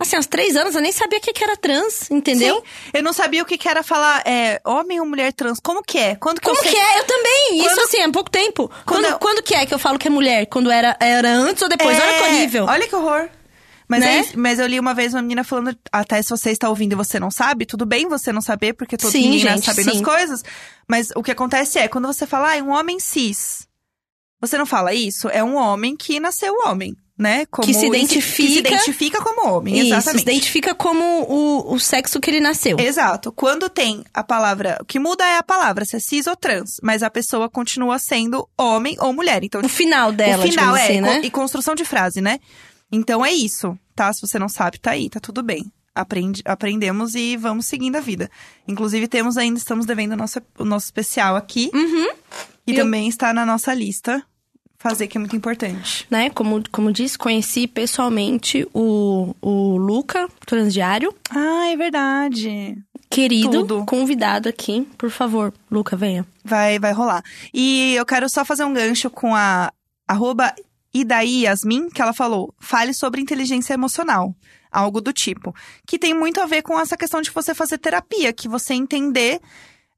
[SPEAKER 1] Assim, aos três anos, eu nem sabia o que que era trans, entendeu?
[SPEAKER 2] Uhum. Sim. Eu não sabia o que, que era falar é, homem ou mulher trans. Como que é? Quando que
[SPEAKER 1] Como
[SPEAKER 2] eu sei-
[SPEAKER 1] que é? Eu também! Isso
[SPEAKER 2] Quando-
[SPEAKER 1] assim, há pouco tempo. Quando,
[SPEAKER 2] Quando
[SPEAKER 1] quando,
[SPEAKER 2] eu-
[SPEAKER 1] que é que eu falo que é mulher? Quando era, era antes ou depois? Olha que
[SPEAKER 2] É,
[SPEAKER 1] horrível.
[SPEAKER 2] Olha que horror. Mas,
[SPEAKER 1] Né?
[SPEAKER 2] é isso. mas eu li uma vez uma menina falando, até se você está ouvindo e você não sabe, tudo bem você não saber, porque todo
[SPEAKER 1] Sim,
[SPEAKER 2] ninguém
[SPEAKER 1] gente,
[SPEAKER 2] nasce sabendo
[SPEAKER 1] sim.
[SPEAKER 2] as coisas. Mas o que acontece é, quando você fala, ah, é um homem cis, você não fala isso, é um homem que nasceu homem, né? Como-
[SPEAKER 1] Que se
[SPEAKER 2] Que se
[SPEAKER 1] identifica-
[SPEAKER 2] identifica como homem,
[SPEAKER 1] Isso, se
[SPEAKER 2] exatamente. É.
[SPEAKER 1] identifica como o, o sexo que ele nasceu.
[SPEAKER 2] Exato. Quando tem a palavra. O que muda é a palavra, se é cis ou trans. Mas a pessoa continua sendo homem ou mulher. Então,
[SPEAKER 1] O final dela,
[SPEAKER 2] o final
[SPEAKER 1] digamos
[SPEAKER 2] é,
[SPEAKER 1] assim, né?
[SPEAKER 2] co- e construção de frase, né? Então é isso, tá? Se você não sabe, tá aí, tá tudo bem. Aprende, aprendemos e vamos seguindo a vida. Inclusive, temos ainda, estamos devendo o nosso, o nosso especial aqui. E
[SPEAKER 1] Uhum. Eu-
[SPEAKER 2] também está na nossa lista fazer, que é muito importante.
[SPEAKER 1] Né? Como, como diz, conheci pessoalmente o, o Luca, transdiário.
[SPEAKER 2] Ah, é verdade.
[SPEAKER 1] querido
[SPEAKER 2] Tudo.
[SPEAKER 1] convidado aqui, por favor, Luca, venha.
[SPEAKER 2] Vai, vai rolar. E eu quero só fazer um gancho com a arroba Idaí Yasmin, que ela falou, fale sobre inteligência emocional. Algo do tipo. Que tem muito a ver com essa questão de você fazer terapia, que você entender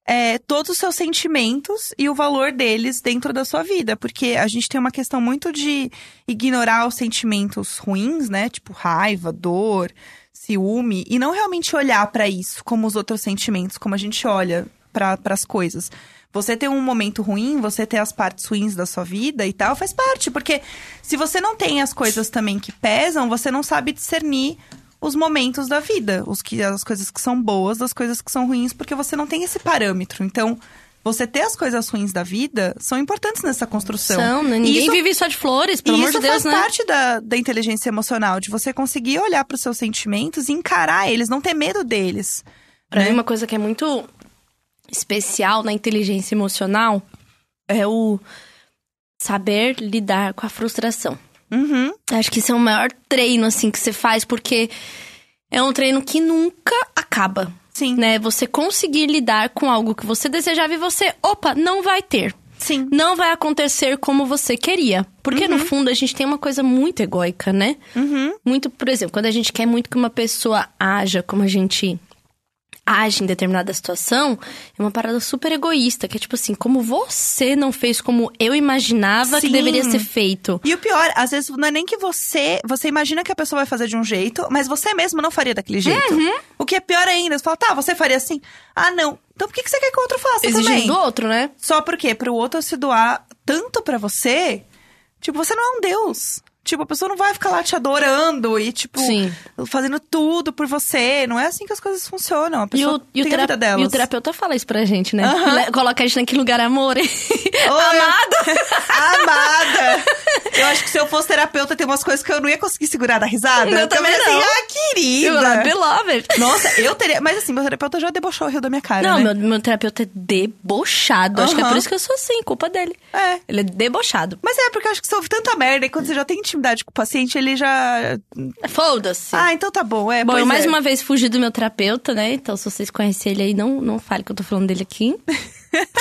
[SPEAKER 2] é, todos os seus sentimentos e o valor deles dentro da sua vida. Porque a gente tem uma questão muito de ignorar os sentimentos ruins, né? Tipo raiva, dor, ciúme. E não realmente olhar pra isso como os outros sentimentos, como a gente olha para as coisas. Você ter um momento ruim, você ter as partes ruins da sua vida e tal, faz parte. Porque se você não tem as coisas também que pesam, você não sabe discernir os momentos da vida, os que, as coisas que são boas, as coisas que são ruins, porque você não tem esse parâmetro. Então, você ter as coisas ruins da vida são importantes nessa construção.
[SPEAKER 1] São, né? ninguém
[SPEAKER 2] Isso-
[SPEAKER 1] vive só de flores, pelo
[SPEAKER 2] e
[SPEAKER 1] amor
[SPEAKER 2] isso
[SPEAKER 1] de Deus,
[SPEAKER 2] faz
[SPEAKER 1] né?
[SPEAKER 2] parte da, da inteligência emocional, de você conseguir olhar para os seus sentimentos e encarar eles, não ter medo deles.
[SPEAKER 1] Pra
[SPEAKER 2] né?
[SPEAKER 1] mim, uma coisa que é muito especial na inteligência emocional é o saber lidar com a frustração.
[SPEAKER 2] Uhum.
[SPEAKER 1] Acho que isso é o maior treino, assim, que você faz, porque é um treino que nunca acaba,
[SPEAKER 2] Sim,
[SPEAKER 1] né? Você conseguir lidar com algo que você desejava e você, opa, não vai ter.
[SPEAKER 2] sim.
[SPEAKER 1] Não vai acontecer como você queria. Porque, no fundo, a gente tem uma coisa muito egóica, né?
[SPEAKER 2] Uhum.
[SPEAKER 1] Muito, por exemplo, quando a gente quer muito que uma pessoa haja como a gente age em determinada situação, é uma parada super egoísta, que é tipo assim, como você não fez como eu imaginava
[SPEAKER 2] Sim.
[SPEAKER 1] que deveria ser feito.
[SPEAKER 2] E o pior, às vezes não é nem que você. Você imagina que a pessoa vai fazer de um jeito, mas você mesmo não faria daquele jeito.
[SPEAKER 1] Uhum.
[SPEAKER 2] O que é pior ainda, você fala, tá, você faria assim. Ah, não. Então por que, que você quer que o outro faça
[SPEAKER 1] Exigindo
[SPEAKER 2] também?
[SPEAKER 1] do outro, né?
[SPEAKER 2] Só porque pro outro se doar tanto pra você, tipo, você não é um deus. Tipo, a pessoa não vai ficar lá te adorando e, tipo,
[SPEAKER 1] Sim.
[SPEAKER 2] fazendo tudo por você. Não é assim que as coisas funcionam. A
[SPEAKER 1] E
[SPEAKER 2] pessoa
[SPEAKER 1] o, e, o
[SPEAKER 2] tem a
[SPEAKER 1] tera-
[SPEAKER 2] vida delas.
[SPEAKER 1] e o terapeuta fala isso pra gente, né?
[SPEAKER 2] Aham.
[SPEAKER 1] Le- Coloca a gente naquele lugar amor. hein? é
[SPEAKER 2] Amado! (laughs) Amada! Eu acho que se eu fosse terapeuta, tem umas coisas que eu não ia conseguir segurar da risada.
[SPEAKER 1] Eu
[SPEAKER 2] Porque
[SPEAKER 1] também
[SPEAKER 2] ia assim,
[SPEAKER 1] não.
[SPEAKER 2] ah,
[SPEAKER 1] Eu lá,
[SPEAKER 2] querida!
[SPEAKER 1] beloved.
[SPEAKER 2] Nossa, eu teria... Mas assim, meu terapeuta já debochou o rio da minha cara,
[SPEAKER 1] Não,
[SPEAKER 2] né?
[SPEAKER 1] meu, meu terapeuta é debochado. Acho que é
[SPEAKER 2] Aham.
[SPEAKER 1] por isso que eu sou assim, culpa dele.
[SPEAKER 2] É.
[SPEAKER 1] Ele é debochado.
[SPEAKER 2] Mas é, porque eu acho que você ouve tanta merda. E quando você já tem intimidade com o paciente, ele já...
[SPEAKER 1] Foda-se.
[SPEAKER 2] Ah, então tá bom. É,
[SPEAKER 1] Bom,
[SPEAKER 2] pois
[SPEAKER 1] eu mais
[SPEAKER 2] é.
[SPEAKER 1] uma vez fugi do meu terapeuta, né? Então, se vocês conhecerem ele aí, não, não fale que eu tô falando dele
[SPEAKER 2] (laughs)
[SPEAKER 1] aqui.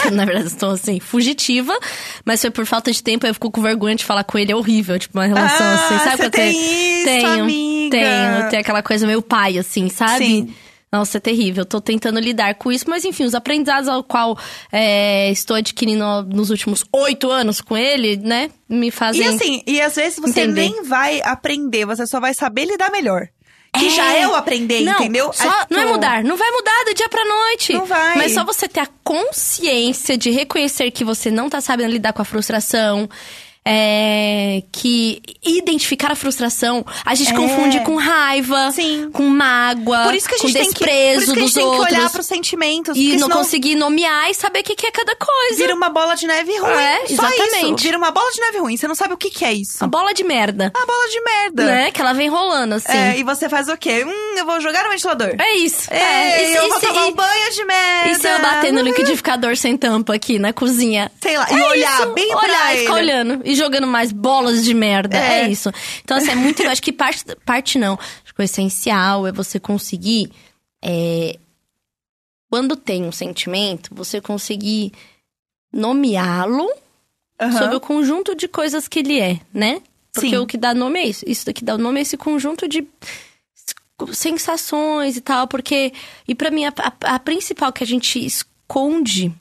[SPEAKER 1] Eu, Na verdade, estou assim, fugitiva, mas foi por falta de tempo, aí eu fico com vergonha de falar com ele, é horrível, tipo, uma relação
[SPEAKER 2] Ah,
[SPEAKER 1] assim, sabe?
[SPEAKER 2] você
[SPEAKER 1] quando você-
[SPEAKER 2] tem isso,
[SPEAKER 1] tenho,
[SPEAKER 2] amiga.
[SPEAKER 1] tenho, tem aquela coisa meio pai, assim, sabe?
[SPEAKER 2] Sim.
[SPEAKER 1] Nossa, é terrível. Tô tentando lidar com isso, mas enfim, os aprendizados ao qual é, estou adquirindo nos últimos oito anos com ele, né? Me fazem.
[SPEAKER 2] E assim, e às vezes você
[SPEAKER 1] Entender.
[SPEAKER 2] nem vai aprender, você só vai saber lidar melhor. Que
[SPEAKER 1] É.
[SPEAKER 2] já é o aprender,
[SPEAKER 1] não,
[SPEAKER 2] entendeu?
[SPEAKER 1] só- não é
[SPEAKER 2] tipo,
[SPEAKER 1] mudar. Não vai mudar do dia pra noite.
[SPEAKER 2] Não vai.
[SPEAKER 1] Mas só você ter a consciência de reconhecer que você não tá sabendo lidar com a frustração. é, que identificar a frustração, a gente
[SPEAKER 2] É.
[SPEAKER 1] confunde com raiva,
[SPEAKER 2] Sim.
[SPEAKER 1] com mágoa,
[SPEAKER 2] Por isso que a gente
[SPEAKER 1] com
[SPEAKER 2] tem que, por isso
[SPEAKER 1] desprezo
[SPEAKER 2] que a
[SPEAKER 1] dos
[SPEAKER 2] gente tem que olhar
[SPEAKER 1] outros.
[SPEAKER 2] pros sentimentos,
[SPEAKER 1] e
[SPEAKER 2] porque
[SPEAKER 1] não
[SPEAKER 2] senão
[SPEAKER 1] conseguir nomear e saber o que, que é cada coisa.
[SPEAKER 2] vira uma bola de neve ruim.
[SPEAKER 1] É,
[SPEAKER 2] só isso.
[SPEAKER 1] exatamente.
[SPEAKER 2] Vira uma bola de neve ruim, você não sabe o que que é isso.
[SPEAKER 1] Uma bola de merda,
[SPEAKER 2] A bola de merda.
[SPEAKER 1] né? Que ela vem rolando assim.
[SPEAKER 2] É,
[SPEAKER 1] É,
[SPEAKER 2] e você faz o quê? Hum, eu vou jogar no ventilador.
[SPEAKER 1] isso.
[SPEAKER 2] É,
[SPEAKER 1] e, se-
[SPEAKER 2] eu
[SPEAKER 1] e
[SPEAKER 2] vou
[SPEAKER 1] se-
[SPEAKER 2] tomar
[SPEAKER 1] e-
[SPEAKER 2] um banho de merda.
[SPEAKER 1] e se eu bater no liquidificador sem tampa aqui na cozinha?
[SPEAKER 2] Sei lá, e
[SPEAKER 1] É
[SPEAKER 2] olhar
[SPEAKER 1] isso,
[SPEAKER 2] Ah, bem
[SPEAKER 1] olhar,
[SPEAKER 2] pra ele.
[SPEAKER 1] ficar olhando e jogando mais bolas de merda. É,
[SPEAKER 2] É.
[SPEAKER 1] isso. Então, assim, é
[SPEAKER 2] (laughs)
[SPEAKER 1] muito. eu acho que parte, parte não. Acho que o essencial é você conseguir. é, quando tem um sentimento, você conseguir nomeá-lo
[SPEAKER 2] Aham.
[SPEAKER 1] sobre o conjunto de coisas que ele é, né? Porque
[SPEAKER 2] Sim.
[SPEAKER 1] o que dá nome é isso. Isso daqui dá nome a esse conjunto de sensações e tal, porque e pra mim a, a- a principal que a gente esconde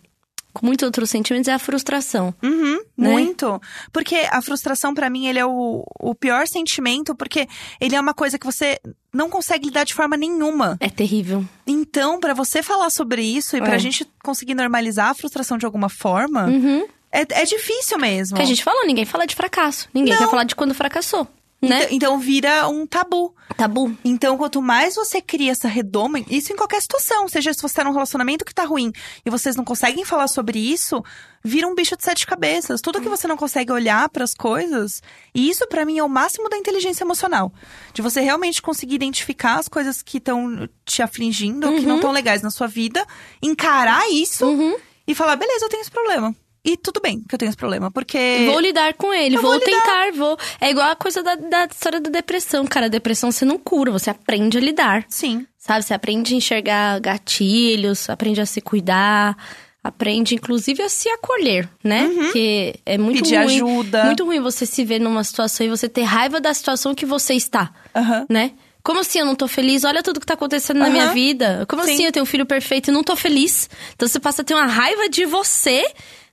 [SPEAKER 1] com muitos outros sentimentos é a frustração.
[SPEAKER 2] Uhum,
[SPEAKER 1] Né?
[SPEAKER 2] muito. Porque a frustração, pra mim, ele é o, o pior sentimento, porque ele é uma coisa que você não consegue lidar de forma nenhuma.
[SPEAKER 1] É terrível.
[SPEAKER 2] Então, pra você falar sobre isso e pra
[SPEAKER 1] É.
[SPEAKER 2] gente conseguir normalizar a frustração de alguma forma,
[SPEAKER 1] Uhum.
[SPEAKER 2] é, é difícil mesmo.
[SPEAKER 1] Porque a gente falou, ninguém fala de fracasso, ninguém
[SPEAKER 2] Não.
[SPEAKER 1] quer falar de quando fracassou, né?
[SPEAKER 2] Então- Então vira um tabu.
[SPEAKER 1] Tabu.
[SPEAKER 2] Então, quanto mais você cria essa redoma, isso em qualquer situação, seja se você tá num relacionamento que tá ruim e vocês não conseguem falar sobre isso, vira um bicho de sete cabeças. Tudo
[SPEAKER 1] Uhum.
[SPEAKER 2] que você não consegue olhar pras coisas, e isso pra mim é o máximo da inteligência emocional, de você realmente conseguir identificar as coisas que estão te afligindo, que não estão legais na sua vida, encarar isso
[SPEAKER 1] Uhum.
[SPEAKER 2] e falar, beleza, eu tenho esse problema. E tudo bem que eu tenho esse problema, porque
[SPEAKER 1] Vou lidar com ele,
[SPEAKER 2] É. Eu
[SPEAKER 1] vou,
[SPEAKER 2] vou lidar.
[SPEAKER 1] tentar, vou. É igual a coisa da, da história da depressão, cara. A depressão você não cura, você aprende a lidar.
[SPEAKER 2] sim,
[SPEAKER 1] Sabe, você aprende a enxergar gatilhos, aprende a se cuidar, aprende inclusive a se acolher, né? Porque é muito
[SPEAKER 2] Uhum. pedir
[SPEAKER 1] ruim.
[SPEAKER 2] ajuda.
[SPEAKER 1] Muito ruim você se ver numa situação e você ter raiva da situação que você está,
[SPEAKER 2] Aham.
[SPEAKER 1] né? Como assim eu não tô feliz? Olha tudo que tá acontecendo na
[SPEAKER 2] Aham.
[SPEAKER 1] minha vida. Como
[SPEAKER 2] Sim.
[SPEAKER 1] assim eu tenho um filho perfeito e não tô feliz? Então você passa a ter uma raiva de você,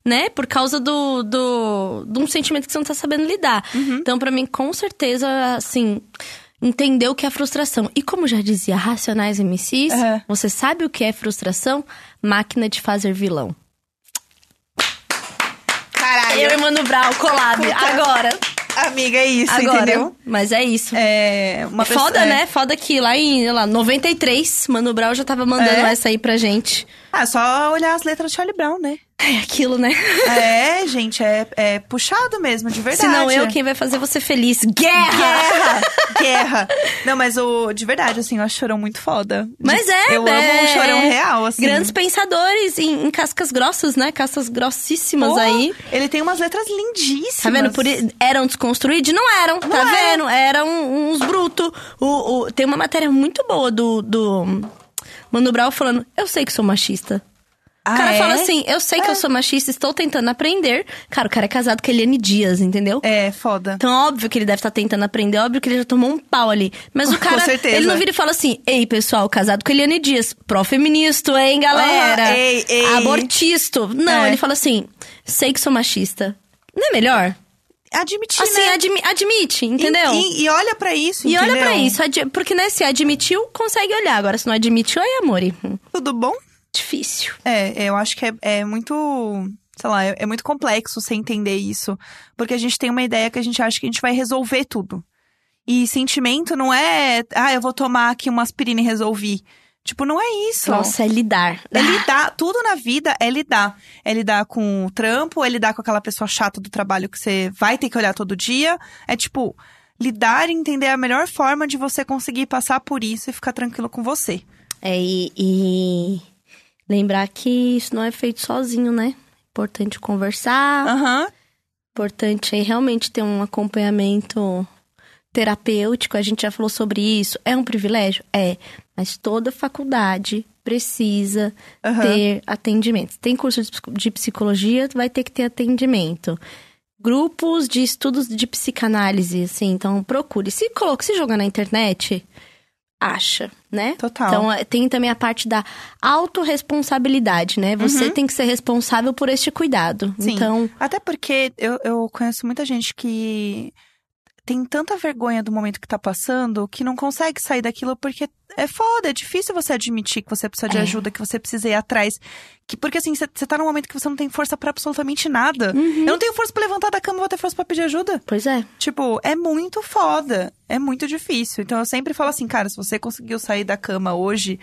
[SPEAKER 1] né? Por causa do, do, de um sentimento que você não tá sabendo lidar.
[SPEAKER 2] Uhum.
[SPEAKER 1] Então, pra mim, com certeza, assim, entender o que é frustração. E como já dizia Racionais MCs,
[SPEAKER 2] Aham.
[SPEAKER 1] você sabe o que é frustração? Máquina de fazer vilão.
[SPEAKER 2] Caralho.
[SPEAKER 1] Eu e Mano Brown, collab,
[SPEAKER 2] Puta.
[SPEAKER 1] agora.
[SPEAKER 2] Amiga, é isso,
[SPEAKER 1] agora.
[SPEAKER 2] entendeu?
[SPEAKER 1] Mas é isso.
[SPEAKER 2] É uma
[SPEAKER 1] É foda,
[SPEAKER 2] pessoa- é.
[SPEAKER 1] né? Foda que lá em sei lá, 93, Mano Brown já tava mandando
[SPEAKER 2] É?
[SPEAKER 1] essa aí pra gente.
[SPEAKER 2] Ah, só olhar as letras do Charlie Brown, né?
[SPEAKER 1] É aquilo, né?
[SPEAKER 2] É, gente, é, é puxado mesmo, de
[SPEAKER 1] Se
[SPEAKER 2] verdade.
[SPEAKER 1] não eu, quem vai fazer é você feliz? Guerra!
[SPEAKER 2] Guerra! Guerra! Não, mas o, de verdade, assim, eu acho chorão muito foda. De-
[SPEAKER 1] Mas é,
[SPEAKER 2] Eu
[SPEAKER 1] é,
[SPEAKER 2] amo um chorão real, assim.
[SPEAKER 1] Grandes pensadores em, em cascas grossas, né? Cascas grossíssimas
[SPEAKER 2] Porra,
[SPEAKER 1] aí.
[SPEAKER 2] Ele tem umas letras lindíssimas.
[SPEAKER 1] Tá vendo? Por, i- eram desconstruídos? Não eram, tá vendo? Eram um, uns brutos. O, o- tem uma matéria muito boa do, do Mano Brown falando: Eu sei que sou machista.
[SPEAKER 2] Ah,
[SPEAKER 1] o cara
[SPEAKER 2] é?
[SPEAKER 1] fala assim: Eu sei que eu sou machista, estou tentando aprender. Cara, o cara é casado com a Eliane Dias, entendeu?
[SPEAKER 2] É, foda.
[SPEAKER 1] Então, óbvio que ele deve estar tentando aprender, óbvio que ele já tomou um pau ali. Mas o
[SPEAKER 2] (laughs) Com
[SPEAKER 1] cara,
[SPEAKER 2] certeza.
[SPEAKER 1] ele não vira e fala assim: Ei, pessoal, casado com a Eliane Dias, pró-feministo, hein, galera?
[SPEAKER 2] Ah, ei, ei.
[SPEAKER 1] Abortisto. Não,
[SPEAKER 2] É.
[SPEAKER 1] ele fala assim: Sei que sou machista. Não é melhor?
[SPEAKER 2] Admitir,
[SPEAKER 1] Assim,
[SPEAKER 2] né?
[SPEAKER 1] admi- admite, entendeu?
[SPEAKER 2] E, e- e olha pra isso,
[SPEAKER 1] E
[SPEAKER 2] entendeu?
[SPEAKER 1] olha pra isso, adi- porque né, se admitiu, consegue olhar. Agora, se não admitiu, aí amor. e- hum,
[SPEAKER 2] Tudo bom?
[SPEAKER 1] Difícil.
[SPEAKER 2] É, eu acho que é, é muito. Sei lá, é, é muito complexo você entender isso. Porque a gente tem uma ideia que a gente acha que a gente vai resolver tudo. E sentimento não é. Ah, eu vou tomar aqui uma aspirina e resolvi. Tipo, não é isso.
[SPEAKER 1] Nossa, é lidar.
[SPEAKER 2] É lidar, tudo na vida é lidar. É lidar com o trampo, é lidar com aquela pessoa chata do trabalho que você vai ter que olhar todo dia. É tipo, lidar e entender a melhor forma de você conseguir passar por isso e ficar tranquilo com você.
[SPEAKER 1] É, e, e lembrar que isso não é feito sozinho, né? Importante conversar,
[SPEAKER 2] Aham.
[SPEAKER 1] importante aí realmente ter um acompanhamento terapêutico. A gente já falou sobre isso. É um privilégio? É. Mas toda faculdade precisa
[SPEAKER 2] Aham.
[SPEAKER 1] ter atendimento. Tem curso de psico- de psicologia, tu vai ter que ter atendimento. Grupos de estudos de psicanálise, assim, então procure. Se coloca, se jogar na internet, acha, né?
[SPEAKER 2] Total.
[SPEAKER 1] Então eh, tem também a parte da autorresponsabilidade, né? Você tem que ser responsável por este cuidado.
[SPEAKER 2] Uhum. Sim.
[SPEAKER 1] Então,
[SPEAKER 2] Até porque eu, eu conheço muita gente que tem tanta vergonha do momento que tá passando que não consegue sair daquilo porque é foda, é difícil você admitir que você precisa de
[SPEAKER 1] É.
[SPEAKER 2] ajuda, que você precisa ir atrás. Que, porque assim, você tá num momento que você não tem força pra absolutamente nada.
[SPEAKER 1] Uhum.
[SPEAKER 2] Eu não tenho força pra levantar da cama, vou ter força pra pedir ajuda.
[SPEAKER 1] pois é.
[SPEAKER 2] Tipo, é muito foda. É muito difícil. Então eu sempre falo assim, cara, se você conseguiu sair da cama hoje,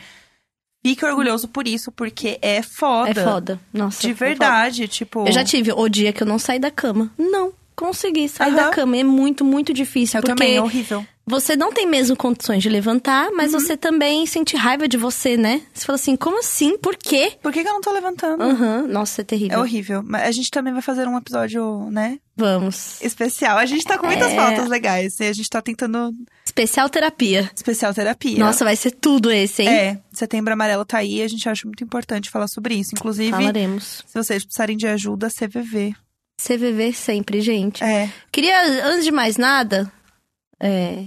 [SPEAKER 2] fique orgulhoso por isso, porque é foda.
[SPEAKER 1] É foda. Nossa.
[SPEAKER 2] De
[SPEAKER 1] é foda.
[SPEAKER 2] verdade, tipo.
[SPEAKER 1] Eu já tive o dia que eu não saí da cama. Não. Consegui sair
[SPEAKER 2] Aham.
[SPEAKER 1] da cama. É muito, muito difícil.
[SPEAKER 2] Eu Uhum.
[SPEAKER 1] porque
[SPEAKER 2] também, é horrível.
[SPEAKER 1] você não tem mesmo condições de levantar, mas você também sente raiva de você, né? Você fala assim, como assim? Por quê?
[SPEAKER 2] Por que, que eu não tô levantando?
[SPEAKER 1] Aham, nossa, é
[SPEAKER 2] É
[SPEAKER 1] terrível.
[SPEAKER 2] horrível. Mas a gente também vai fazer um episódio, né?
[SPEAKER 1] Vamos.
[SPEAKER 2] Especial. A gente tá com muitas
[SPEAKER 1] É.
[SPEAKER 2] pautas legais. E a gente tá tentando
[SPEAKER 1] Especial terapia.
[SPEAKER 2] especial terapia.
[SPEAKER 1] Nossa, vai ser tudo esse, hein?
[SPEAKER 2] É, setembro amarelo tá aí e a gente acha muito importante falar sobre isso. Inclusive,
[SPEAKER 1] Falaremos.
[SPEAKER 2] se vocês precisarem de ajuda, CVV.
[SPEAKER 1] CVV sempre, gente.
[SPEAKER 2] É.
[SPEAKER 1] Queria, antes de mais nada, é...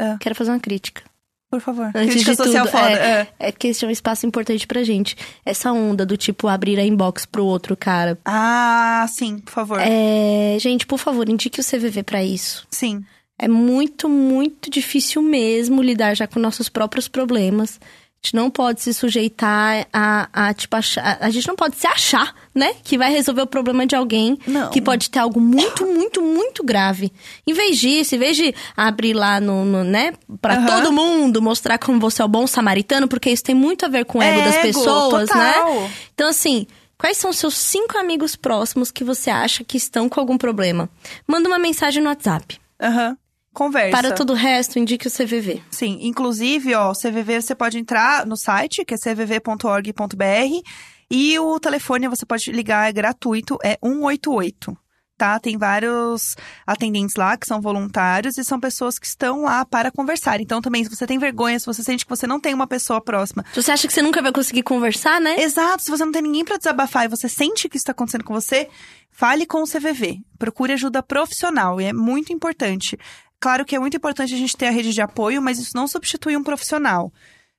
[SPEAKER 2] Ah.
[SPEAKER 1] Quero fazer uma crítica.
[SPEAKER 2] Por favor.
[SPEAKER 1] Antes
[SPEAKER 2] Crítica
[SPEAKER 1] de
[SPEAKER 2] social
[SPEAKER 1] tudo,
[SPEAKER 2] foda.
[SPEAKER 1] é.
[SPEAKER 2] é.
[SPEAKER 1] É porque esse é um espaço importante pra gente. Essa onda do tipo abrir a inbox pro outro cara.
[SPEAKER 2] Ah, sim, por favor.
[SPEAKER 1] É, gente, por favor, indique o CVV pra isso.
[SPEAKER 2] Sim.
[SPEAKER 1] É muito, muito difícil mesmo lidar já com nossos próprios problemas. A gente não pode se sujeitar a, a tipo, achar, a gente não pode se achar, né? Que vai resolver o problema de alguém
[SPEAKER 2] Não.
[SPEAKER 1] que pode ter algo muito, muito, muito grave. Em vez disso, em vez de abrir lá no, no, né, Pra
[SPEAKER 2] Aham.
[SPEAKER 1] todo mundo, mostrar como você é o bom samaritano, porque isso tem muito a ver com o ego
[SPEAKER 2] É
[SPEAKER 1] das
[SPEAKER 2] ego,
[SPEAKER 1] pessoas, né?
[SPEAKER 2] total.
[SPEAKER 1] Então, assim, quais são os seus cinco amigos próximos que você acha que estão com algum problema? Manda uma mensagem no WhatsApp.
[SPEAKER 2] Aham. Conversa.
[SPEAKER 1] Para todo o resto, indique o CVV.
[SPEAKER 2] Sim, inclusive, ó, o CVV você pode entrar no site, que é cvv.org.br, e o telefone você pode ligar, é gratuito, é 188. Tá? Tem vários atendentes lá que são voluntários e são pessoas que estão lá para conversar. Então, também, se você tem vergonha, se você sente que você não tem uma pessoa próxima.
[SPEAKER 1] Se você acha que você nunca vai conseguir conversar, né?
[SPEAKER 2] Exato, se você não tem ninguém para desabafar e você sente que isso está acontecendo com você, fale com o CVV. Procure ajuda profissional e é muito importante. Claro que é muito importante a gente ter a rede de apoio, mas isso não substitui um profissional.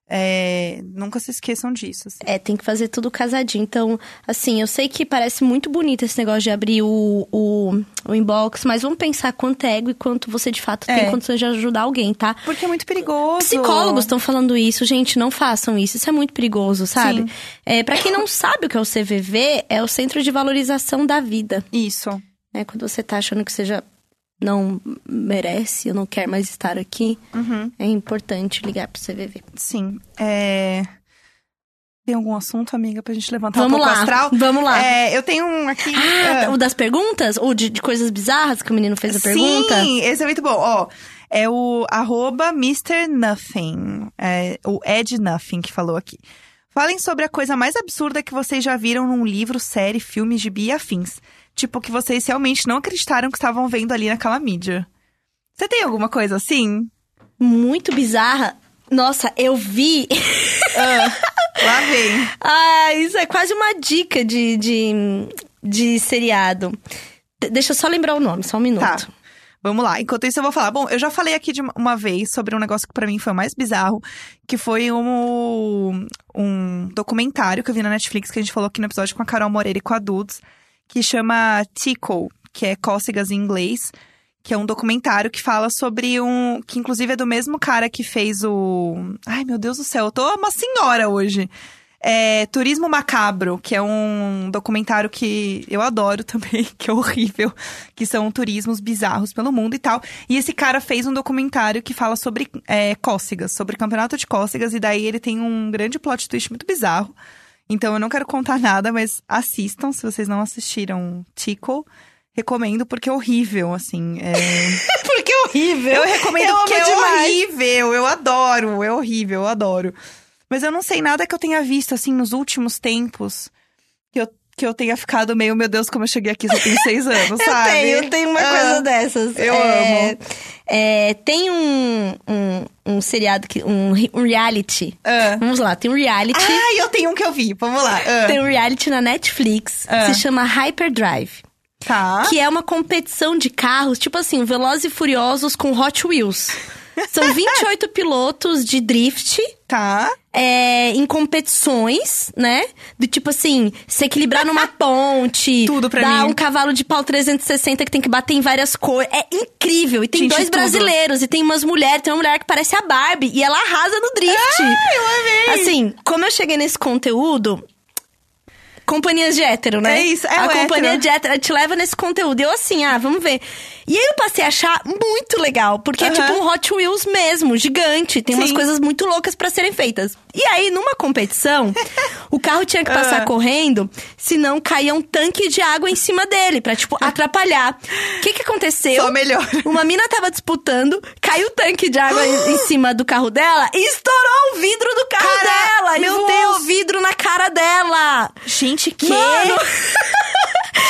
[SPEAKER 2] É, nunca se esqueçam disso. assim.
[SPEAKER 1] É, tem que fazer tudo casadinho. Então, assim, eu sei que parece muito bonito esse negócio de abrir o, o, o inbox, mas vamos pensar quanto é ego e quanto você de fato
[SPEAKER 2] É.
[SPEAKER 1] tem condições de ajudar alguém, tá?
[SPEAKER 2] Porque é muito perigoso.
[SPEAKER 1] Psicólogos estão falando isso, gente, não façam isso. Isso é muito perigoso, sabe?
[SPEAKER 2] Sim.
[SPEAKER 1] É, para quem não sabe o que é o CVV, é o Centro de Valorização da Vida.
[SPEAKER 2] Isso.
[SPEAKER 1] né? Quando você tá achando que você já não merece, eu não quero mais estar aqui,
[SPEAKER 2] Uhum.
[SPEAKER 1] é importante ligar pro CVV.
[SPEAKER 2] Sim. É... Tem algum assunto, amiga, pra gente levantar um
[SPEAKER 1] vamos
[SPEAKER 2] pouco
[SPEAKER 1] lá,
[SPEAKER 2] astral?
[SPEAKER 1] vamos lá.
[SPEAKER 2] É, eu tenho um aqui.
[SPEAKER 1] Ah,
[SPEAKER 2] ah,
[SPEAKER 1] o das perguntas? Ou de, de coisas bizarras que o menino fez a pergunta?
[SPEAKER 2] Sim, esse é muito bom. Ó, é o arroba Mr. Nothing. É, o Ed Nothing que falou aqui. Falem sobre a coisa mais absurda que vocês já viram num livro, série, filme, gibi e afins. Tipo, que vocês realmente não acreditaram que estavam vendo ali naquela mídia. Você tem alguma coisa assim?
[SPEAKER 1] Muito bizarra. Nossa, eu vi. (laughs)
[SPEAKER 2] Lá vem.
[SPEAKER 1] ah, isso é quase uma dica de, de, de seriado. De- deixa eu só lembrar o nome, só um minuto.
[SPEAKER 2] Tá. Vamos lá. Enquanto isso, eu vou falar. Bom, eu já falei aqui de uma- uma vez sobre um negócio que pra mim foi o mais bizarro, que foi um, um documentário que eu vi na Netflix, que a gente falou aqui no episódio com a Carol Moreira e com a Dudes, que chama Tickle, que é cócegas em inglês, que é um documentário que fala sobre um. que inclusive é do mesmo cara que fez o. Ai, meu Deus do céu, eu tô uma senhora hoje. É, Turismo Macabro, que é um documentário que eu adoro (laughs) também, que é horrível, que são turismos bizarros pelo mundo e tal. E esse cara fez um documentário que fala sobre é, cócegas, sobre campeonato de cócegas, e daí ele tem um grande plot twist muito bizarro. Então eu não quero contar nada, mas assistam se vocês não assistiram Tico. Recomendo, porque é horrível, assim. é-
[SPEAKER 1] (laughs) Porque é horrível.
[SPEAKER 2] eu recomendo
[SPEAKER 1] Eu
[SPEAKER 2] porque
[SPEAKER 1] amo
[SPEAKER 2] é
[SPEAKER 1] demais.
[SPEAKER 2] horrível, eu adoro, é horrível, eu adoro. Mas eu não sei nada que eu tenha visto, assim, nos últimos tempos. Que eu, que eu tenha ficado meio, meu Deus, como eu cheguei aqui, só tenho
[SPEAKER 1] (laughs)
[SPEAKER 2] seis anos,
[SPEAKER 1] Eu
[SPEAKER 2] sabe?
[SPEAKER 1] tenho, eu tenho uma
[SPEAKER 2] Ah,
[SPEAKER 1] coisa dessas.
[SPEAKER 2] eu
[SPEAKER 1] amo. tem um, um, um seriado, que, um, re- um reality.
[SPEAKER 2] ah.
[SPEAKER 1] Vamos lá, tem um reality.
[SPEAKER 2] Ah, eu tenho um que eu vi, vamos lá. ah,
[SPEAKER 1] Tem um reality na Netflix,
[SPEAKER 2] Ah.
[SPEAKER 1] que se chama Hyperdrive.
[SPEAKER 2] Tá.
[SPEAKER 1] Que é uma competição de carros, tipo assim, Velozes e Furiosos com Hot Wheels. São 28 pilotos de drift
[SPEAKER 2] Tá.
[SPEAKER 1] é, em competições, né? Do tipo assim, se equilibrar
[SPEAKER 2] (laughs)
[SPEAKER 1] numa ponte.
[SPEAKER 2] Tudo pra
[SPEAKER 1] dar
[SPEAKER 2] mim.
[SPEAKER 1] um cavalo de pau 360 que tem que bater em várias cores. É incrível. E tem
[SPEAKER 2] Gente,
[SPEAKER 1] dois
[SPEAKER 2] tudo.
[SPEAKER 1] brasileiros, e tem umas mulheres. Tem uma mulher que parece a Barbie e ela arrasa no drift. Ah, eu amei! Assim, como eu cheguei nesse conteúdo. Companhias de hétero, né?
[SPEAKER 2] É isso, é
[SPEAKER 1] A
[SPEAKER 2] o
[SPEAKER 1] companhia
[SPEAKER 2] hétero.
[SPEAKER 1] de hétero te leva nesse conteúdo. E eu assim, ah, vamos ver. E aí eu passei a achar muito legal. Porque é
[SPEAKER 2] Aham.
[SPEAKER 1] tipo um Hot Wheels mesmo, gigante. Tem umas
[SPEAKER 2] Sim.
[SPEAKER 1] coisas muito loucas pra serem feitas. E aí, numa competição, o carro tinha que passar
[SPEAKER 2] Ah.
[SPEAKER 1] correndo, senão caía um tanque de água em cima dele, pra, tipo, atrapalhar. O que que aconteceu?
[SPEAKER 2] Só melhor.
[SPEAKER 1] Uma mina tava disputando, caiu o tanque de água em em cima do carro dela e estourou o vidro do carro
[SPEAKER 2] Cara,
[SPEAKER 1] dela!
[SPEAKER 2] meu
[SPEAKER 1] e voou
[SPEAKER 2] Deus.
[SPEAKER 1] o vidro na cara dela!
[SPEAKER 2] Gente,
[SPEAKER 1] (laughs)
[SPEAKER 2] que. (laughs)
[SPEAKER 1] Mano!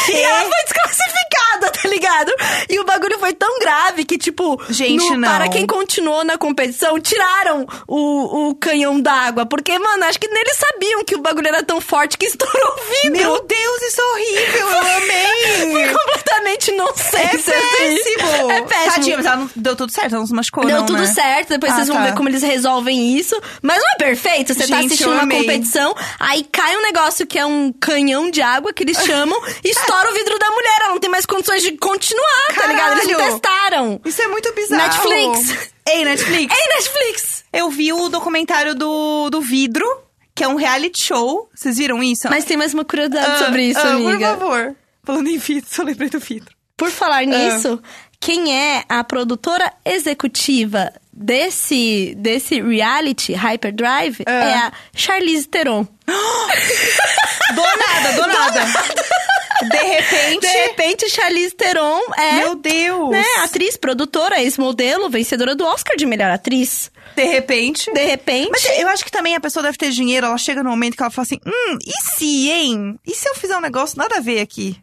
[SPEAKER 1] E ela foi desclassificada, tá ligado? E o bagulho foi tão grave que, tipo,
[SPEAKER 2] Gente,
[SPEAKER 1] no-
[SPEAKER 2] não.
[SPEAKER 1] para quem continuou na competição, tiraram o, o canhão d'água. Porque, mano, acho que nem eles sabiam que o bagulho era tão forte que estourou o vidro.
[SPEAKER 2] Meu Deus, isso é horrível, eu amei.
[SPEAKER 1] (laughs) Foi completamente nonsense.
[SPEAKER 2] É
[SPEAKER 1] assim.
[SPEAKER 2] péssimo.
[SPEAKER 1] É péssimo.
[SPEAKER 2] Tadinha, mas ela não deu tudo certo, ela não se machucou,
[SPEAKER 1] Deu
[SPEAKER 2] não,
[SPEAKER 1] tudo
[SPEAKER 2] né?
[SPEAKER 1] certo, depois
[SPEAKER 2] Ah,
[SPEAKER 1] vocês vão
[SPEAKER 2] tá.
[SPEAKER 1] ver como eles resolvem isso. Mas não é perfeito, você tá
[SPEAKER 2] Gente,
[SPEAKER 1] assistindo
[SPEAKER 2] eu
[SPEAKER 1] uma
[SPEAKER 2] amei.
[SPEAKER 1] competição, aí cai um negócio que é um canhão de água que
[SPEAKER 2] (laughs)
[SPEAKER 1] eles chamam, e estoura o vidro da mulher, ela não tem mais condições de continuar, tá ligado? Eles não
[SPEAKER 2] Caralho.
[SPEAKER 1] testaram.
[SPEAKER 2] Isso é muito bizarro.
[SPEAKER 1] Netflix.
[SPEAKER 2] Ei, Netflix.
[SPEAKER 1] Ei, Netflix!
[SPEAKER 2] (laughs) Eu vi o documentário do, do Vidro, que é um reality show. Vocês viram isso?
[SPEAKER 1] Mas tem mais uma curiosidade
[SPEAKER 2] Ah,
[SPEAKER 1] sobre isso,
[SPEAKER 2] ah,
[SPEAKER 1] amiga.
[SPEAKER 2] Por favor. Ah. Falando em vidro, (laughs) só lembrei do vidro.
[SPEAKER 1] Por falar nisso, quem é a produtora executiva desse, desse reality, Hyperdrive,
[SPEAKER 2] Ah.
[SPEAKER 1] é a Charlize Theron.
[SPEAKER 2] Do nada, (laughs) do nada. De repente.
[SPEAKER 1] De repente, Charlize Theron é...
[SPEAKER 2] Meu Deus.
[SPEAKER 1] né? Atriz, produtora, ex-modelo, vencedora do Oscar de melhor atriz.
[SPEAKER 2] De repente.
[SPEAKER 1] De repente.
[SPEAKER 2] Mas eu acho que também a pessoa deve ter dinheiro, ela chega no momento que ela fala assim: hum, e se, hein? E se eu fizer um negócio nada a ver aqui?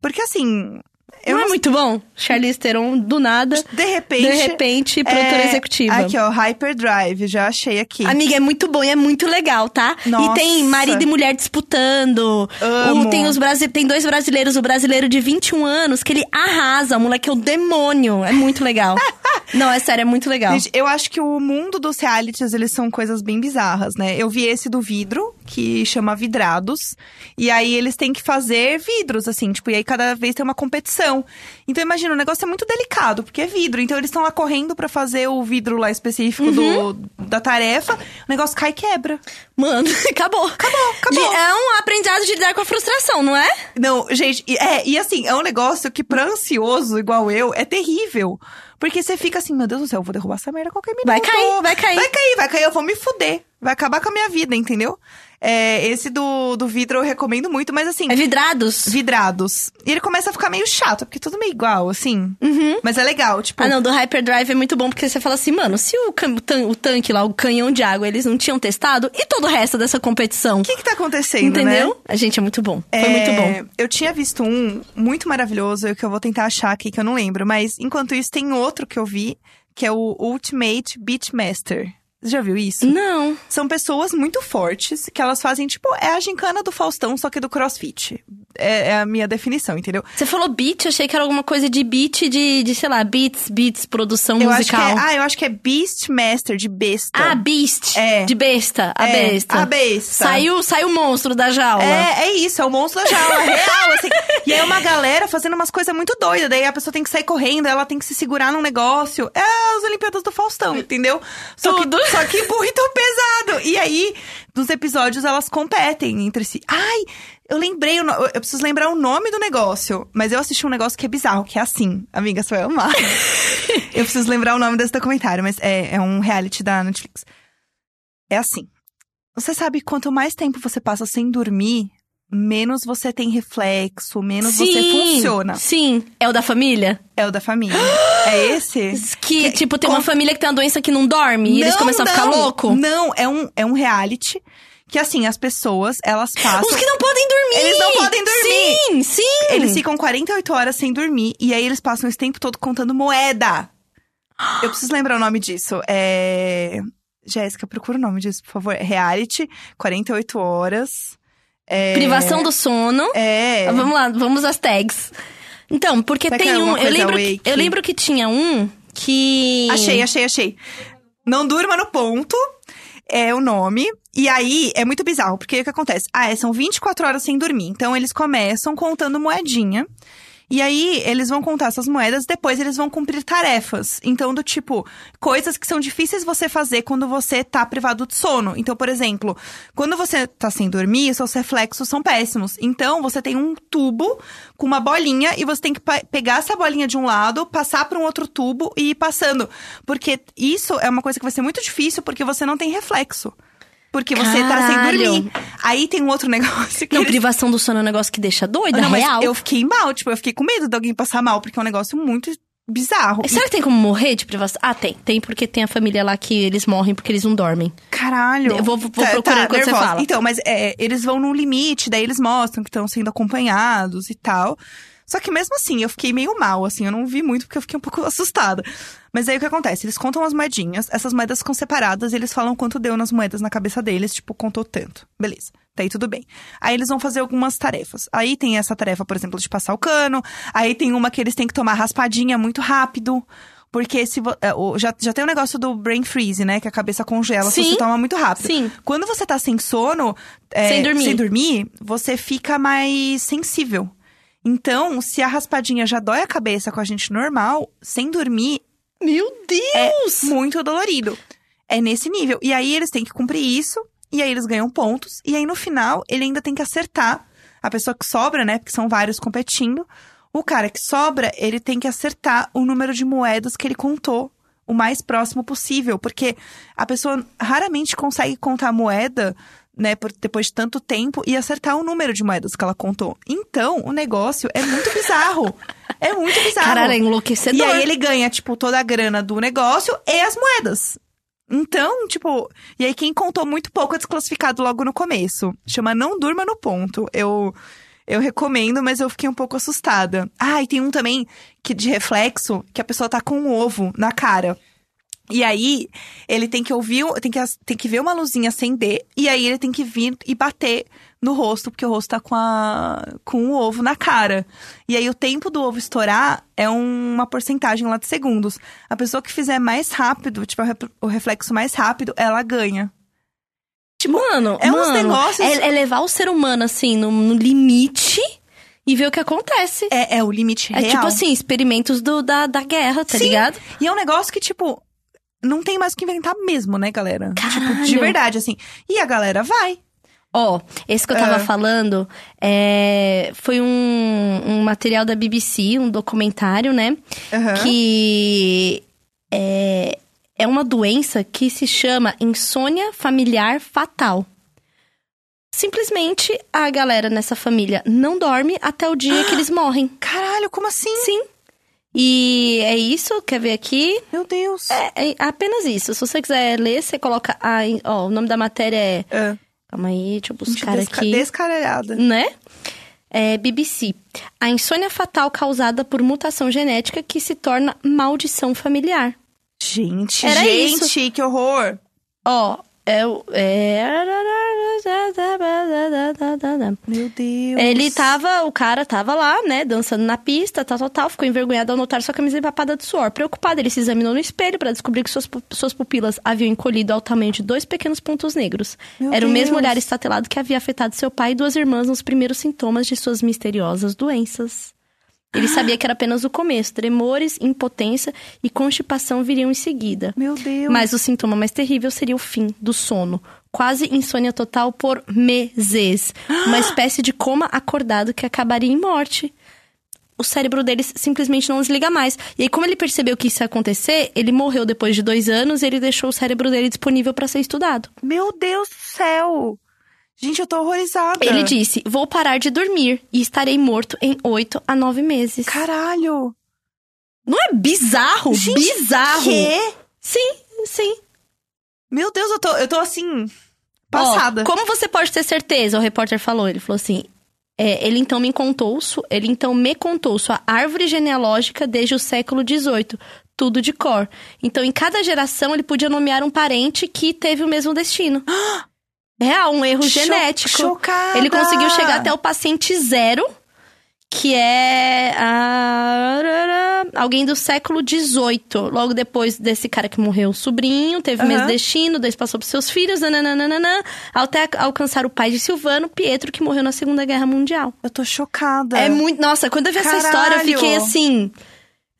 [SPEAKER 2] Porque assim. Eu
[SPEAKER 1] não, é muito bom? Charlize Theron, do nada.
[SPEAKER 2] De repente.
[SPEAKER 1] De repente, produtora
[SPEAKER 2] é,
[SPEAKER 1] executiva.
[SPEAKER 2] Aqui, ó, Hyperdrive, já achei aqui.
[SPEAKER 1] Amiga, é muito bom e é muito legal, tá? E
[SPEAKER 2] Nossa.
[SPEAKER 1] tem marido e mulher disputando.
[SPEAKER 2] Amo.
[SPEAKER 1] O- tem, os brasi tem dois brasileiros, o brasileiro de 21 anos, que ele arrasa. O moleque é o demônio. É muito
[SPEAKER 2] (laughs)
[SPEAKER 1] legal. não, é sério, é muito legal.
[SPEAKER 2] Gente, eu acho que o mundo dos realities, eles são coisas bem bizarras, né? Eu vi esse do vidro, que chama Vidrados. E aí eles têm que fazer vidros, assim, tipo, e aí cada vez tem uma competição. Então imagina, o negócio é muito delicado, porque é vidro. Então eles estão lá correndo pra fazer o vidro lá específico do, da tarefa. O negócio cai e quebra.
[SPEAKER 1] Mano, (laughs) acabou. Acabou,
[SPEAKER 2] acabou.
[SPEAKER 1] É um aprendizado de lidar com a frustração, não é?
[SPEAKER 2] Não, gente, e- é, e assim, é um negócio que pra ansioso igual eu é terrível. Porque você fica assim, meu Deus do céu, eu vou derrubar essa merda a qualquer minuto.
[SPEAKER 1] Vai cair, vai cair.
[SPEAKER 2] Vai cair, vai cair, eu vou me fuder. Vai acabar com a minha vida, entendeu? É, esse do, do vidro eu recomendo muito, mas assim,
[SPEAKER 1] É vidrados.
[SPEAKER 2] vidrados. E ele começa a ficar meio chato, porque tudo meio igual, assim. Mas é legal, tipo.
[SPEAKER 1] Ah, não, do Hyperdrive é muito bom porque você fala assim, mano, se o, can- o tan- o tanque lá, o canhão de água, eles não tinham testado, e todo o resto dessa competição?
[SPEAKER 2] O que que tá acontecendo, né?
[SPEAKER 1] entendeu? A gente é muito bom. Foi
[SPEAKER 2] É,
[SPEAKER 1] muito bom.
[SPEAKER 2] Eu tinha visto um muito maravilhoso que eu vou tentar achar aqui, que eu não lembro. Mas enquanto isso, tem outro que eu vi, que é o Ultimate Beachmaster. Você já viu isso?
[SPEAKER 1] Não.
[SPEAKER 2] São pessoas muito fortes que elas fazem, tipo, é a gincana do Faustão, só que do crossfit. É, é a minha definição, entendeu?
[SPEAKER 1] Você falou beat, eu achei que era alguma coisa de beat, de, de sei lá, beats, beats, produção
[SPEAKER 2] Eu acho que
[SPEAKER 1] Um musical.
[SPEAKER 2] é, ah, eu acho que é Beastmaster, de besta.
[SPEAKER 1] Ah, beast.
[SPEAKER 2] É.
[SPEAKER 1] De besta. A
[SPEAKER 2] É,
[SPEAKER 1] besta.
[SPEAKER 2] a besta.
[SPEAKER 1] Saiu, saiu o monstro da jaula.
[SPEAKER 2] É, é isso, é o monstro da jaula, real, assim. E aí uma galera fazendo umas coisas muito doidas, daí a pessoa tem que sair correndo, ela tem que se segurar num negócio. É as Olimpíadas do Faustão, entendeu? Só
[SPEAKER 1] Tudo.
[SPEAKER 2] que só que muito (laughs) pesado. E aí, nos episódios elas competem entre si. Ai, eu lembrei, o no- eu preciso lembrar o nome do negócio, mas eu assisti um negócio que é bizarro, que é assim. Amiga, você vai amar. eu preciso lembrar o nome desse documentário, mas é, é um reality da Netflix. É assim. Você sabe quanto mais tempo você passa sem dormir, menos você tem reflexo, menos você funciona.
[SPEAKER 1] Sim. É o da família?
[SPEAKER 2] É o da
[SPEAKER 1] (gasps)
[SPEAKER 2] família. é esse?
[SPEAKER 1] Que, tipo, tem uma
[SPEAKER 2] com-
[SPEAKER 1] família que tem uma doença que não dorme e eles
[SPEAKER 2] Não,
[SPEAKER 1] começam a ficar
[SPEAKER 2] não.
[SPEAKER 1] louco?
[SPEAKER 2] Não, é um, é um reality que, assim, as pessoas, elas passam.
[SPEAKER 1] Os que não podem dormir!
[SPEAKER 2] Eles não podem dormir.
[SPEAKER 1] Um Sim, sim!
[SPEAKER 2] Eles ficam 48 horas sem dormir e aí eles passam esse tempo todo contando moeda. Eu preciso lembrar o nome disso. É. Jéssica, procura o nome disso, por favor. É Reality, 48 horas. É...
[SPEAKER 1] Privação do sono.
[SPEAKER 2] É.
[SPEAKER 1] Ah, Vamos lá, vamos às tags. Então, porque
[SPEAKER 2] Será que
[SPEAKER 1] tem
[SPEAKER 2] é
[SPEAKER 1] um.
[SPEAKER 2] alguma
[SPEAKER 1] Eu
[SPEAKER 2] coisa
[SPEAKER 1] lembro, que,
[SPEAKER 2] awake?
[SPEAKER 1] eu lembro que tinha um que.
[SPEAKER 2] Achei, achei, achei. Não durma no ponto. É o nome. E aí, é muito bizarro, porque o que acontece? Ah, é, são 24 horas sem dormir. Então, eles começam contando moedinha. E aí, eles vão contar essas moedas, depois eles vão cumprir tarefas. Então, do tipo, coisas que são difíceis você fazer quando você tá privado de sono. Então, por exemplo, quando você tá sem dormir, seus reflexos são péssimos. Então, você tem um tubo com uma bolinha e você tem que pa- pegar essa bolinha de um lado, passar para um outro tubo e ir passando. Porque isso é uma coisa que vai ser muito difícil porque você não tem reflexo. Porque você tá sem
[SPEAKER 1] Caralho.
[SPEAKER 2] dormir. Aí tem um outro (laughs) negócio que
[SPEAKER 1] Não,
[SPEAKER 2] eles
[SPEAKER 1] privação do sono é um negócio que deixa doida,
[SPEAKER 2] não, mas
[SPEAKER 1] real.
[SPEAKER 2] eu fiquei mal, tipo, eu fiquei com medo de alguém passar mal, porque é um negócio muito bizarro.
[SPEAKER 1] É, Será que tem como morrer de privação? Ah, tem. Tem porque tem a família lá que eles morrem porque eles não dormem.
[SPEAKER 2] Caralho. Tá,
[SPEAKER 1] Eu vou- vou procurar enquanto você
[SPEAKER 2] nervosa.
[SPEAKER 1] fala.
[SPEAKER 2] Então, mas é, eles vão num limite, daí eles mostram que estão sendo acompanhados e tal. Só que mesmo assim, eu fiquei meio mal, assim, eu não vi muito porque eu fiquei um pouco (laughs) assustada. Mas aí o que acontece? Eles contam as moedinhas, essas moedas ficam separadas, e eles falam quanto deu nas moedas na cabeça deles, tipo, contou tanto. Beleza. Daí tudo bem. Aí eles vão fazer algumas tarefas. Aí tem essa tarefa, por exemplo, de passar o cano. Aí tem uma que eles têm que tomar raspadinha muito rápido. Porque se vo- é, o- já, já tem o negócio do brain freeze, né? Que a cabeça congela se
[SPEAKER 1] Sim.
[SPEAKER 2] você toma muito rápido.
[SPEAKER 1] Sim.
[SPEAKER 2] Quando você tá sem sono, é,
[SPEAKER 1] Sem dormir.
[SPEAKER 2] dormir, você fica mais sensível. Então, se a raspadinha já dói a cabeça com a gente normal, sem dormir,
[SPEAKER 1] Meu Deus!
[SPEAKER 2] muito dolorido. É nesse nível. E aí eles têm que cumprir isso, e aí eles ganham pontos, e aí no final ele ainda tem que acertar a pessoa que sobra, né? Porque são vários competindo. O cara que sobra, ele tem que acertar o número de moedas que ele contou o mais próximo possível, porque a pessoa raramente consegue contar a moeda, né, por, depois de tanto tempo e acertar o número de moedas que ela contou. Então, o negócio é muito bizarro. é muito bizarro.
[SPEAKER 1] Caralho, é enlouquecedor.
[SPEAKER 2] E aí ele ganha, tipo, toda a grana do negócio e as moedas. Então, tipo, e aí quem contou muito pouco é desclassificado logo no começo. Chama Não Durma no Ponto. Eu eu recomendo, mas eu fiquei um pouco assustada. Ah, e tem um também que de reflexo, que a pessoa tá com um ovo na cara. E aí, ele tem que ouvir, tem que, as- tem que ver uma luzinha acender, e aí ele tem que vir e bater no rosto, porque o rosto tá com, a, com o ovo na cara. E aí, o tempo do ovo estourar é um- uma porcentagem lá de segundos. A pessoa que fizer mais rápido, tipo, a rep- o reflexo mais rápido, ela ganha. Tipo,
[SPEAKER 1] Mano,
[SPEAKER 2] é
[SPEAKER 1] mano,
[SPEAKER 2] uns negócios.
[SPEAKER 1] É, é levar o ser humano, assim, no, no limite e ver o que acontece.
[SPEAKER 2] É, é o limite
[SPEAKER 1] É,
[SPEAKER 2] real.
[SPEAKER 1] tipo assim, experimentos do, da, da guerra, tá
[SPEAKER 2] Sim.
[SPEAKER 1] ligado?
[SPEAKER 2] E é um negócio que, tipo, não tem mais o que inventar mesmo, né, galera? Tipo, de
[SPEAKER 1] Caralho.
[SPEAKER 2] verdade, assim. E a galera vai.
[SPEAKER 1] Ó, esse que eu tava
[SPEAKER 2] Ah.
[SPEAKER 1] falando é, foi um, um material da BBC, um documentário, né? Que
[SPEAKER 2] Que-
[SPEAKER 1] é, é uma doença que se chama insônia familiar fatal. Simplesmente a galera nessa família não dorme até o dia (gasps) que eles morrem.
[SPEAKER 2] Caralho, como assim?
[SPEAKER 1] Sim. E é isso, quer ver aqui?
[SPEAKER 2] Meu Deus.
[SPEAKER 1] É, é apenas isso. Se você quiser ler, você coloca. a- ó, o nome da matéria é.
[SPEAKER 2] É.
[SPEAKER 1] Calma aí, deixa eu
[SPEAKER 2] Gente,
[SPEAKER 1] buscar
[SPEAKER 2] desca-
[SPEAKER 1] aqui
[SPEAKER 2] Descaralhada.
[SPEAKER 1] né? É, BBC. A insônia fatal causada por mutação genética que se torna maldição familiar.
[SPEAKER 2] Gente,
[SPEAKER 1] Era
[SPEAKER 2] gente, que horror.
[SPEAKER 1] Ó, é o. É...
[SPEAKER 2] Meu Deus.
[SPEAKER 1] Ele tá- tava, o cara tava lá, né, dançando na pista, tal, tal, tal. Ficou envergonhado ao notar sua camisa empapada de suor. Preocupado, ele se examinou no espelho para descobrir que suas, pu- suas pupilas haviam encolhido altamente dois pequenos pontos negros.
[SPEAKER 2] Meu
[SPEAKER 1] Era o mesmo
[SPEAKER 2] Deus.
[SPEAKER 1] olhar estatelado que havia afetado seu pai e duas irmãs nos primeiros sintomas de suas misteriosas doenças. Ele sabia que era apenas o começo. Tremores, impotência e constipação viriam em seguida.
[SPEAKER 2] Meu Deus.
[SPEAKER 1] Mas o sintoma mais terrível seria o fim do sono. Quase insônia total por meses. (gasps) Uma espécie de coma acordado que acabaria em morte. O cérebro dele simplesmente não desliga mais. E aí, como ele percebeu que isso ia acontecer, ele morreu depois de dois anos e ele deixou o cérebro dele disponível para ser estudado.
[SPEAKER 2] Meu Deus do céu. Gente, eu tô horrorizada.
[SPEAKER 1] Ele disse: Vou parar de dormir e estarei morto em oito a nove meses.
[SPEAKER 2] Caralho.
[SPEAKER 1] Não é bizarro?
[SPEAKER 2] Gente,
[SPEAKER 1] bizarro!
[SPEAKER 2] Quê?
[SPEAKER 1] Sim, sim.
[SPEAKER 2] Meu Deus, eu tô, eu tô assim, passada.
[SPEAKER 1] Ó, como você pode ter certeza? O repórter falou. Ele falou assim. é, ele então me contou, su- ele então me contou sua árvore genealógica desde o século XVIII, tudo de cor. Então, em cada geração, ele podia nomear um parente que teve o mesmo destino. Real, um erro
[SPEAKER 2] Cho-
[SPEAKER 1] genético.
[SPEAKER 2] Chocada.
[SPEAKER 1] Ele conseguiu chegar até o paciente zero, que é a- alguém do século XVIII. Logo depois desse cara que morreu, o sobrinho, teve o
[SPEAKER 2] Aham.
[SPEAKER 1] mesmo destino, daí passou para seus filhos, nananana, até alcançar o pai de Silvano, Pietro, que morreu na Segunda Guerra Mundial.
[SPEAKER 2] Eu tô chocada.
[SPEAKER 1] É muito. Nossa, quando eu vi essa
[SPEAKER 2] Caralho.
[SPEAKER 1] história, eu fiquei assim.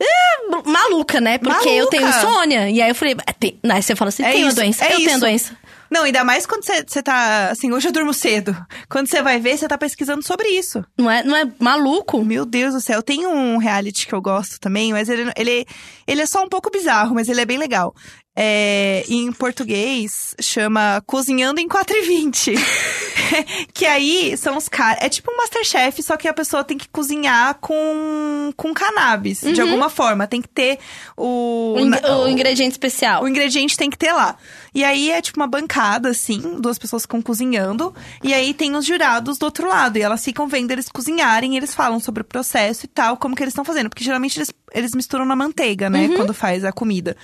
[SPEAKER 1] é, maluca, né? Porque eu
[SPEAKER 2] Maluca.
[SPEAKER 1] tenho insônia. E aí eu falei, "Ah, tem... aí você fala assim:
[SPEAKER 2] É
[SPEAKER 1] tem uma
[SPEAKER 2] isso,
[SPEAKER 1] doença,
[SPEAKER 2] é
[SPEAKER 1] eu
[SPEAKER 2] isso.
[SPEAKER 1] tenho doença.
[SPEAKER 2] Não, ainda mais quando você você tá. Assim, hoje eu durmo cedo. Quando você vai ver, você tá pesquisando sobre isso.
[SPEAKER 1] Não é, não é maluco?
[SPEAKER 2] Meu Deus do céu. Tem um reality que eu gosto também, mas ele, ele, ele é só um pouco bizarro, mas ele é bem legal. É, em português, chama Cozinhando em 4 e 20. (laughs) que aí são os caras. É tipo um Masterchef, só que a pessoa tem que cozinhar com, com cannabis, de alguma forma. Tem que ter o.
[SPEAKER 1] Uhum. O, ing-
[SPEAKER 2] na-
[SPEAKER 1] o ingrediente especial.
[SPEAKER 2] o ingrediente tem que ter lá. E aí é tipo uma bancada, assim, duas pessoas ficam cozinhando. E aí tem os jurados do outro lado. E elas ficam vendo eles cozinharem, e eles falam sobre o processo e tal, como que eles estão fazendo. Porque geralmente eles, eles misturam na manteiga, né?
[SPEAKER 1] Uhum.
[SPEAKER 2] Quando faz a comida.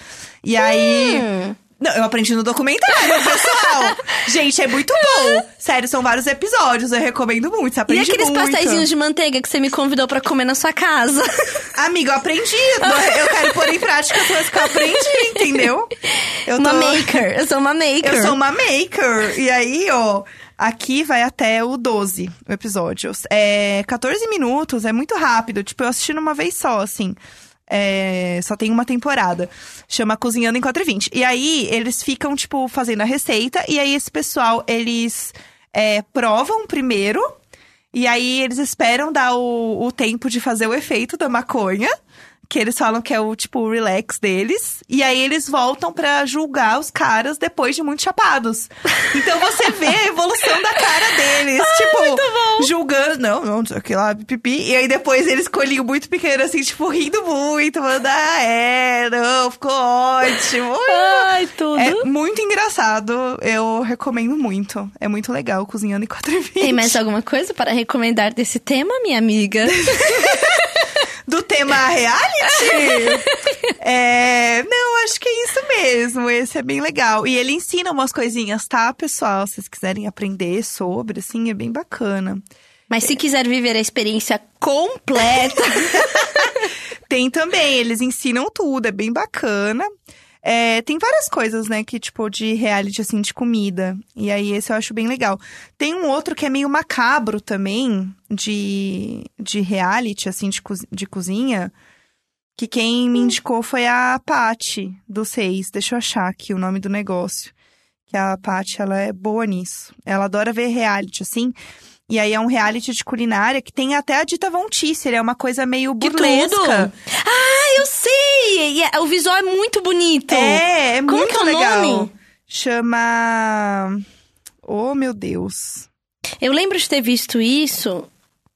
[SPEAKER 2] E aí.
[SPEAKER 1] Hum.
[SPEAKER 2] Não, eu aprendi no documentário,
[SPEAKER 1] (laughs)
[SPEAKER 2] pessoal. Gente, é muito bom. Sério, são vários episódios, eu recomendo muito. Você
[SPEAKER 1] E
[SPEAKER 2] aprende
[SPEAKER 1] aqueles
[SPEAKER 2] muito.
[SPEAKER 1] pastéis de manteiga que você me convidou pra comer na sua (laughs) casa?
[SPEAKER 2] Amigo, eu aprendi. Eu quero pôr em prática as coisas que eu aprendi, entendeu? Eu
[SPEAKER 1] Uma
[SPEAKER 2] tô-
[SPEAKER 1] maker. Eu sou uma maker.
[SPEAKER 2] Eu sou uma maker. E aí, ó, aqui vai até o 12 o episódio. É 14 minutos, é muito rápido. Tipo, eu assisti numa vez só, assim. É, só tem uma temporada. Chama Cozinhando em 420. E aí, eles ficam, tipo, fazendo a receita. E aí, esse pessoal, eles é, provam primeiro. E aí, eles esperam dar o, o tempo de fazer o efeito da maconha. Que eles falam que é o, tipo, o relax deles. E aí, eles voltam pra julgar os caras depois de muito chapados. Então, você vê a evolução da cara deles. tipo, julgando. Não, não, não sei o que lá, pipi. E aí, depois, eles colhinho muito pequeno, assim, tipo, rindo muito. Mandando, ah, é, não, ficou ótimo.
[SPEAKER 1] Ai, Ah, tudo.
[SPEAKER 2] É muito engraçado, eu recomendo muito. É muito legal cozinhando em 420.
[SPEAKER 1] Tem mais alguma coisa para recomendar desse tema, minha (laughs) amiga?
[SPEAKER 2] Do tema reality? é, não, acho que é isso mesmo. Esse é bem legal. E ele ensina umas coisinhas, tá, pessoal? Se vocês quiserem aprender sobre, assim, é bem bacana.
[SPEAKER 1] Mas se quiser viver a experiência completa,
[SPEAKER 2] Tem também, eles ensinam tudo, é bem bacana. É, tem várias coisas, né, que tipo de reality assim de comida. E aí esse eu acho bem legal. Tem um outro que é meio macabro também de de reality assim de, co de cozinha, que quem
[SPEAKER 1] Hum.
[SPEAKER 2] me indicou foi a Pati dos Seis. Deixa eu achar aqui o nome do negócio. Que a Pati ela é boa nisso. Ela adora ver reality assim. E aí é um reality de culinária que tem até a Dita Von Tisse, ele é uma coisa meio
[SPEAKER 1] Que
[SPEAKER 2] burlesca.
[SPEAKER 1] tudo! Ah, (laughs) eu sei! E é- o visual é muito bonito.
[SPEAKER 2] É, é
[SPEAKER 1] Como
[SPEAKER 2] muito
[SPEAKER 1] que é o
[SPEAKER 2] legal.
[SPEAKER 1] nome?
[SPEAKER 2] Chama. Oh, meu Deus.
[SPEAKER 1] Eu lembro de ter visto isso,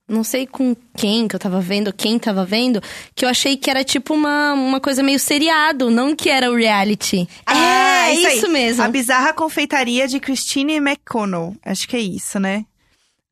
[SPEAKER 1] não sei com quem que eu tava vendo, quem tava vendo, que eu achei que era tipo uma, uma coisa meio seriado, não que era o reality. é,
[SPEAKER 2] Ah, aí.
[SPEAKER 1] isso mesmo.
[SPEAKER 2] A Bizarra Confeitaria de Christine McConnell. Acho que é isso, né?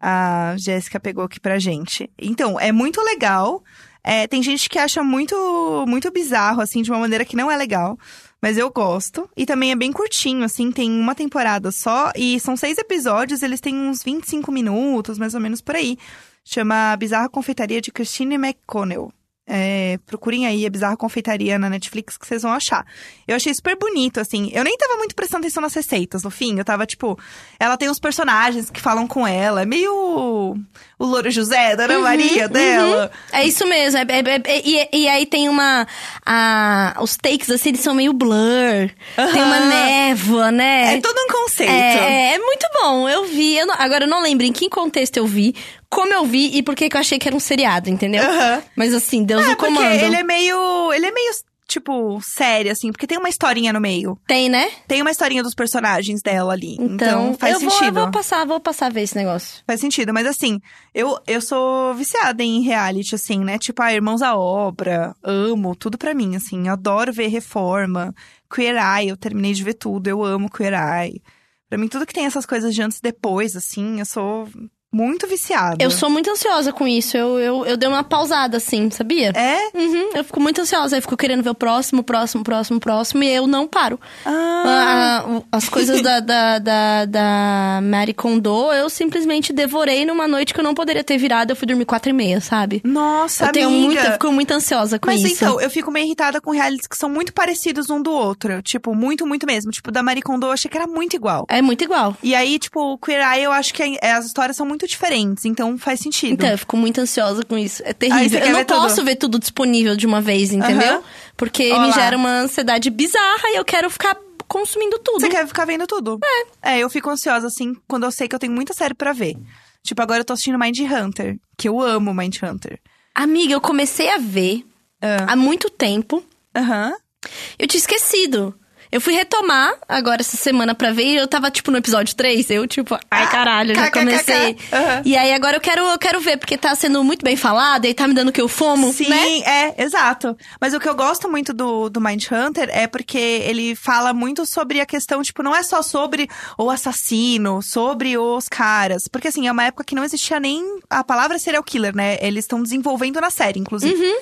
[SPEAKER 2] A Jéssica pegou aqui pra gente. Então, é muito legal. É, tem gente que acha muito, muito bizarro, assim, de uma maneira que não é legal. Mas eu gosto. E também é bem curtinho, assim, tem uma temporada só. E são seis episódios, eles têm uns 25 minutos, mais ou menos por aí. Chama Bizarra Confeitaria de Christine McConnell. É, procurem aí a Bizarra Confeitaria na Netflix que vocês vão achar. Eu achei super bonito, assim. Eu nem tava muito prestando atenção nas receitas, no fim. Eu tava, tipo, ela tem uns personagens que falam com ela. É meio o Louro José, da Ana
[SPEAKER 1] Uhum,
[SPEAKER 2] Maria dela.
[SPEAKER 1] É isso mesmo. é- é- é- e, e aí tem uma. a- os takes, assim, eles são meio blur. Tem uma
[SPEAKER 2] Aham.
[SPEAKER 1] névoa,
[SPEAKER 2] É,
[SPEAKER 1] né?
[SPEAKER 2] todo um conceito.
[SPEAKER 1] É, é muito bom, eu vi. eu não- agora eu não lembro em que contexto eu vi, como eu vi e por que que eu achei que era um seriado, entendeu?
[SPEAKER 2] Aham.
[SPEAKER 1] Mas assim, Deus
[SPEAKER 2] É,
[SPEAKER 1] no
[SPEAKER 2] porque
[SPEAKER 1] comando.
[SPEAKER 2] ele é meio. Ele é meio, tipo, sério, assim, porque tem uma historinha no meio.
[SPEAKER 1] Tem, né?
[SPEAKER 2] Tem uma historinha dos personagens dela ali. Então,
[SPEAKER 1] Então,
[SPEAKER 2] faz
[SPEAKER 1] eu
[SPEAKER 2] sentido.
[SPEAKER 1] Vou, eu vou passar, vou passar a ver esse negócio.
[SPEAKER 2] Faz sentido, mas assim, eu, eu sou viciada em reality, assim, né? Tipo, ah, Irmãos à Obra, amo, tudo pra mim, assim. eu Adoro ver Reforma, Queer Eye, eu terminei de ver tudo, eu amo Queer Eye. Pra mim, tudo que tem essas coisas de antes e depois, assim, eu sou muito viciada.
[SPEAKER 1] Eu sou muito ansiosa com isso. Eu, eu, eu dei uma pausada, assim, sabia?
[SPEAKER 2] É?
[SPEAKER 1] Uhum, eu fico muito ansiosa. Eu fico querendo ver o próximo, próximo, próximo, próximo. E eu não paro. A-
[SPEAKER 2] Ah,
[SPEAKER 1] a- o- as coisas da, da, da, da Mary Kondo, eu simplesmente devorei numa noite que eu não poderia ter virado. Eu fui dormir quatro e meia, sabe?
[SPEAKER 2] nossa,
[SPEAKER 1] eu tenho
[SPEAKER 2] amiga.
[SPEAKER 1] muito, eu fico muito ansiosa com
[SPEAKER 2] Mas
[SPEAKER 1] isso.
[SPEAKER 2] então, eu fico meio irritada com realities que são muito parecidos um do outro. Tipo, muito, muito mesmo. Tipo, da Marie Kondo, eu achei que era muito igual.
[SPEAKER 1] É muito igual.
[SPEAKER 2] E aí, tipo, o Queer Eye, eu acho que é- as histórias são muito diferentes, então faz sentido.
[SPEAKER 1] Então, eu fico muito ansiosa com isso. É
[SPEAKER 2] Aí você
[SPEAKER 1] terrível.
[SPEAKER 2] quer
[SPEAKER 1] Eu não
[SPEAKER 2] ver tudo?
[SPEAKER 1] posso ver tudo disponível de uma vez, entendeu?
[SPEAKER 2] Aham.
[SPEAKER 1] Porque
[SPEAKER 2] Ó
[SPEAKER 1] me
[SPEAKER 2] lá.
[SPEAKER 1] gera uma ansiedade bizarra e eu quero ficar consumindo tudo.
[SPEAKER 2] Você quer ficar vendo tudo. É. eu fico ansiosa, assim, quando eu sei que eu tenho muita série pra ver. Tipo, agora eu tô assistindo Mind Hunter, que eu amo Mind Hunter.
[SPEAKER 1] Amiga, eu comecei a ver
[SPEAKER 2] Ah.
[SPEAKER 1] há muito tempo.
[SPEAKER 2] Aham.
[SPEAKER 1] Eu tinha esquecido. Eu fui retomar agora essa semana pra ver e eu tava, tipo, no episódio 3. Eu, tipo, ai
[SPEAKER 2] Ah,
[SPEAKER 1] caralho, já
[SPEAKER 2] kkk.
[SPEAKER 1] comecei.
[SPEAKER 2] Aham.
[SPEAKER 1] E aí agora eu quero, eu quero ver, porque tá sendo muito bem falado e tá me dando o que eu fomo.
[SPEAKER 2] Sim,
[SPEAKER 1] né?
[SPEAKER 2] é, exato. Mas o que eu gosto muito do, do Mind Hunter é porque ele fala muito sobre a questão, tipo, não é só sobre o assassino, sobre os caras. Porque, assim, é uma época que não existia nem a palavra serial killer, né? Eles estão desenvolvendo na série, inclusive.
[SPEAKER 1] Uhum.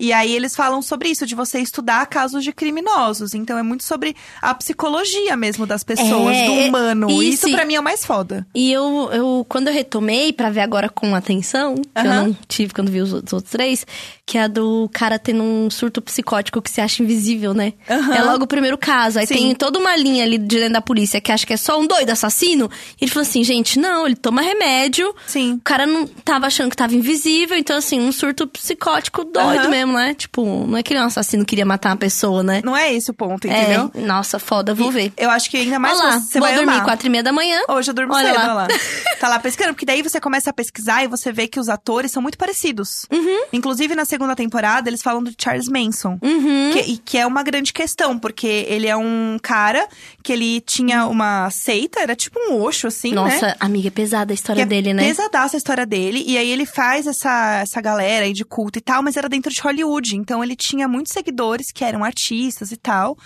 [SPEAKER 2] E aí eles falam sobre isso, de você estudar casos de criminosos. Então é muito sobre a psicologia mesmo das pessoas,
[SPEAKER 1] É,
[SPEAKER 2] do
[SPEAKER 1] é-
[SPEAKER 2] humano. E
[SPEAKER 1] isso,
[SPEAKER 2] isso pra mim é o mais foda.
[SPEAKER 1] E eu, eu quando eu retomei pra ver agora com atenção, que eu
[SPEAKER 2] Aham.
[SPEAKER 1] não tive quando vi os outros, outros três, que é a do cara tendo um surto psicótico que se acha invisível, né?
[SPEAKER 2] Aham.
[SPEAKER 1] É logo o primeiro caso. Aí
[SPEAKER 2] Sim.
[SPEAKER 1] tem toda uma linha ali de dentro da polícia que acha que é só um doido assassino. E ele falou assim, gente, não, ele toma remédio.
[SPEAKER 2] Sim.
[SPEAKER 1] O cara não tava achando que tava invisível, então assim, um surto psicótico doido
[SPEAKER 2] Aham.
[SPEAKER 1] mesmo, né? Tipo, não é que ele é um assassino que queria matar uma pessoa, né?
[SPEAKER 2] Não é esse o ponto, entendeu?
[SPEAKER 1] É, nossa, foda, vou ver.
[SPEAKER 2] Eu acho que ainda mais
[SPEAKER 1] Olha lá,
[SPEAKER 2] você
[SPEAKER 1] vou
[SPEAKER 2] vai
[SPEAKER 1] dormir
[SPEAKER 2] amar.
[SPEAKER 1] quatro e meia da manhã.
[SPEAKER 2] Hoje eu durmo
[SPEAKER 1] Olha
[SPEAKER 2] cedo,
[SPEAKER 1] lá.
[SPEAKER 2] olha
[SPEAKER 1] (laughs)
[SPEAKER 2] lá. Tá lá pesquisando, porque daí você começa a pesquisar e você vê que os atores são muito parecidos.
[SPEAKER 1] Uhum.
[SPEAKER 2] Inclusive, na segunda temporada, eles falam do Charles Manson.
[SPEAKER 1] Uhum.
[SPEAKER 2] Que, e que é uma grande questão, porque ele é um cara que ele tinha uma seita, era tipo um oxo, assim, né?
[SPEAKER 1] Nossa, amiga, é pesada a história dele, né?
[SPEAKER 2] Pesadaça a história dele. E aí ele faz essa, essa galera aí de culto e tal, mas era dentro de Hollywood. Então ele tinha muitos seguidores que eram artistas e tal.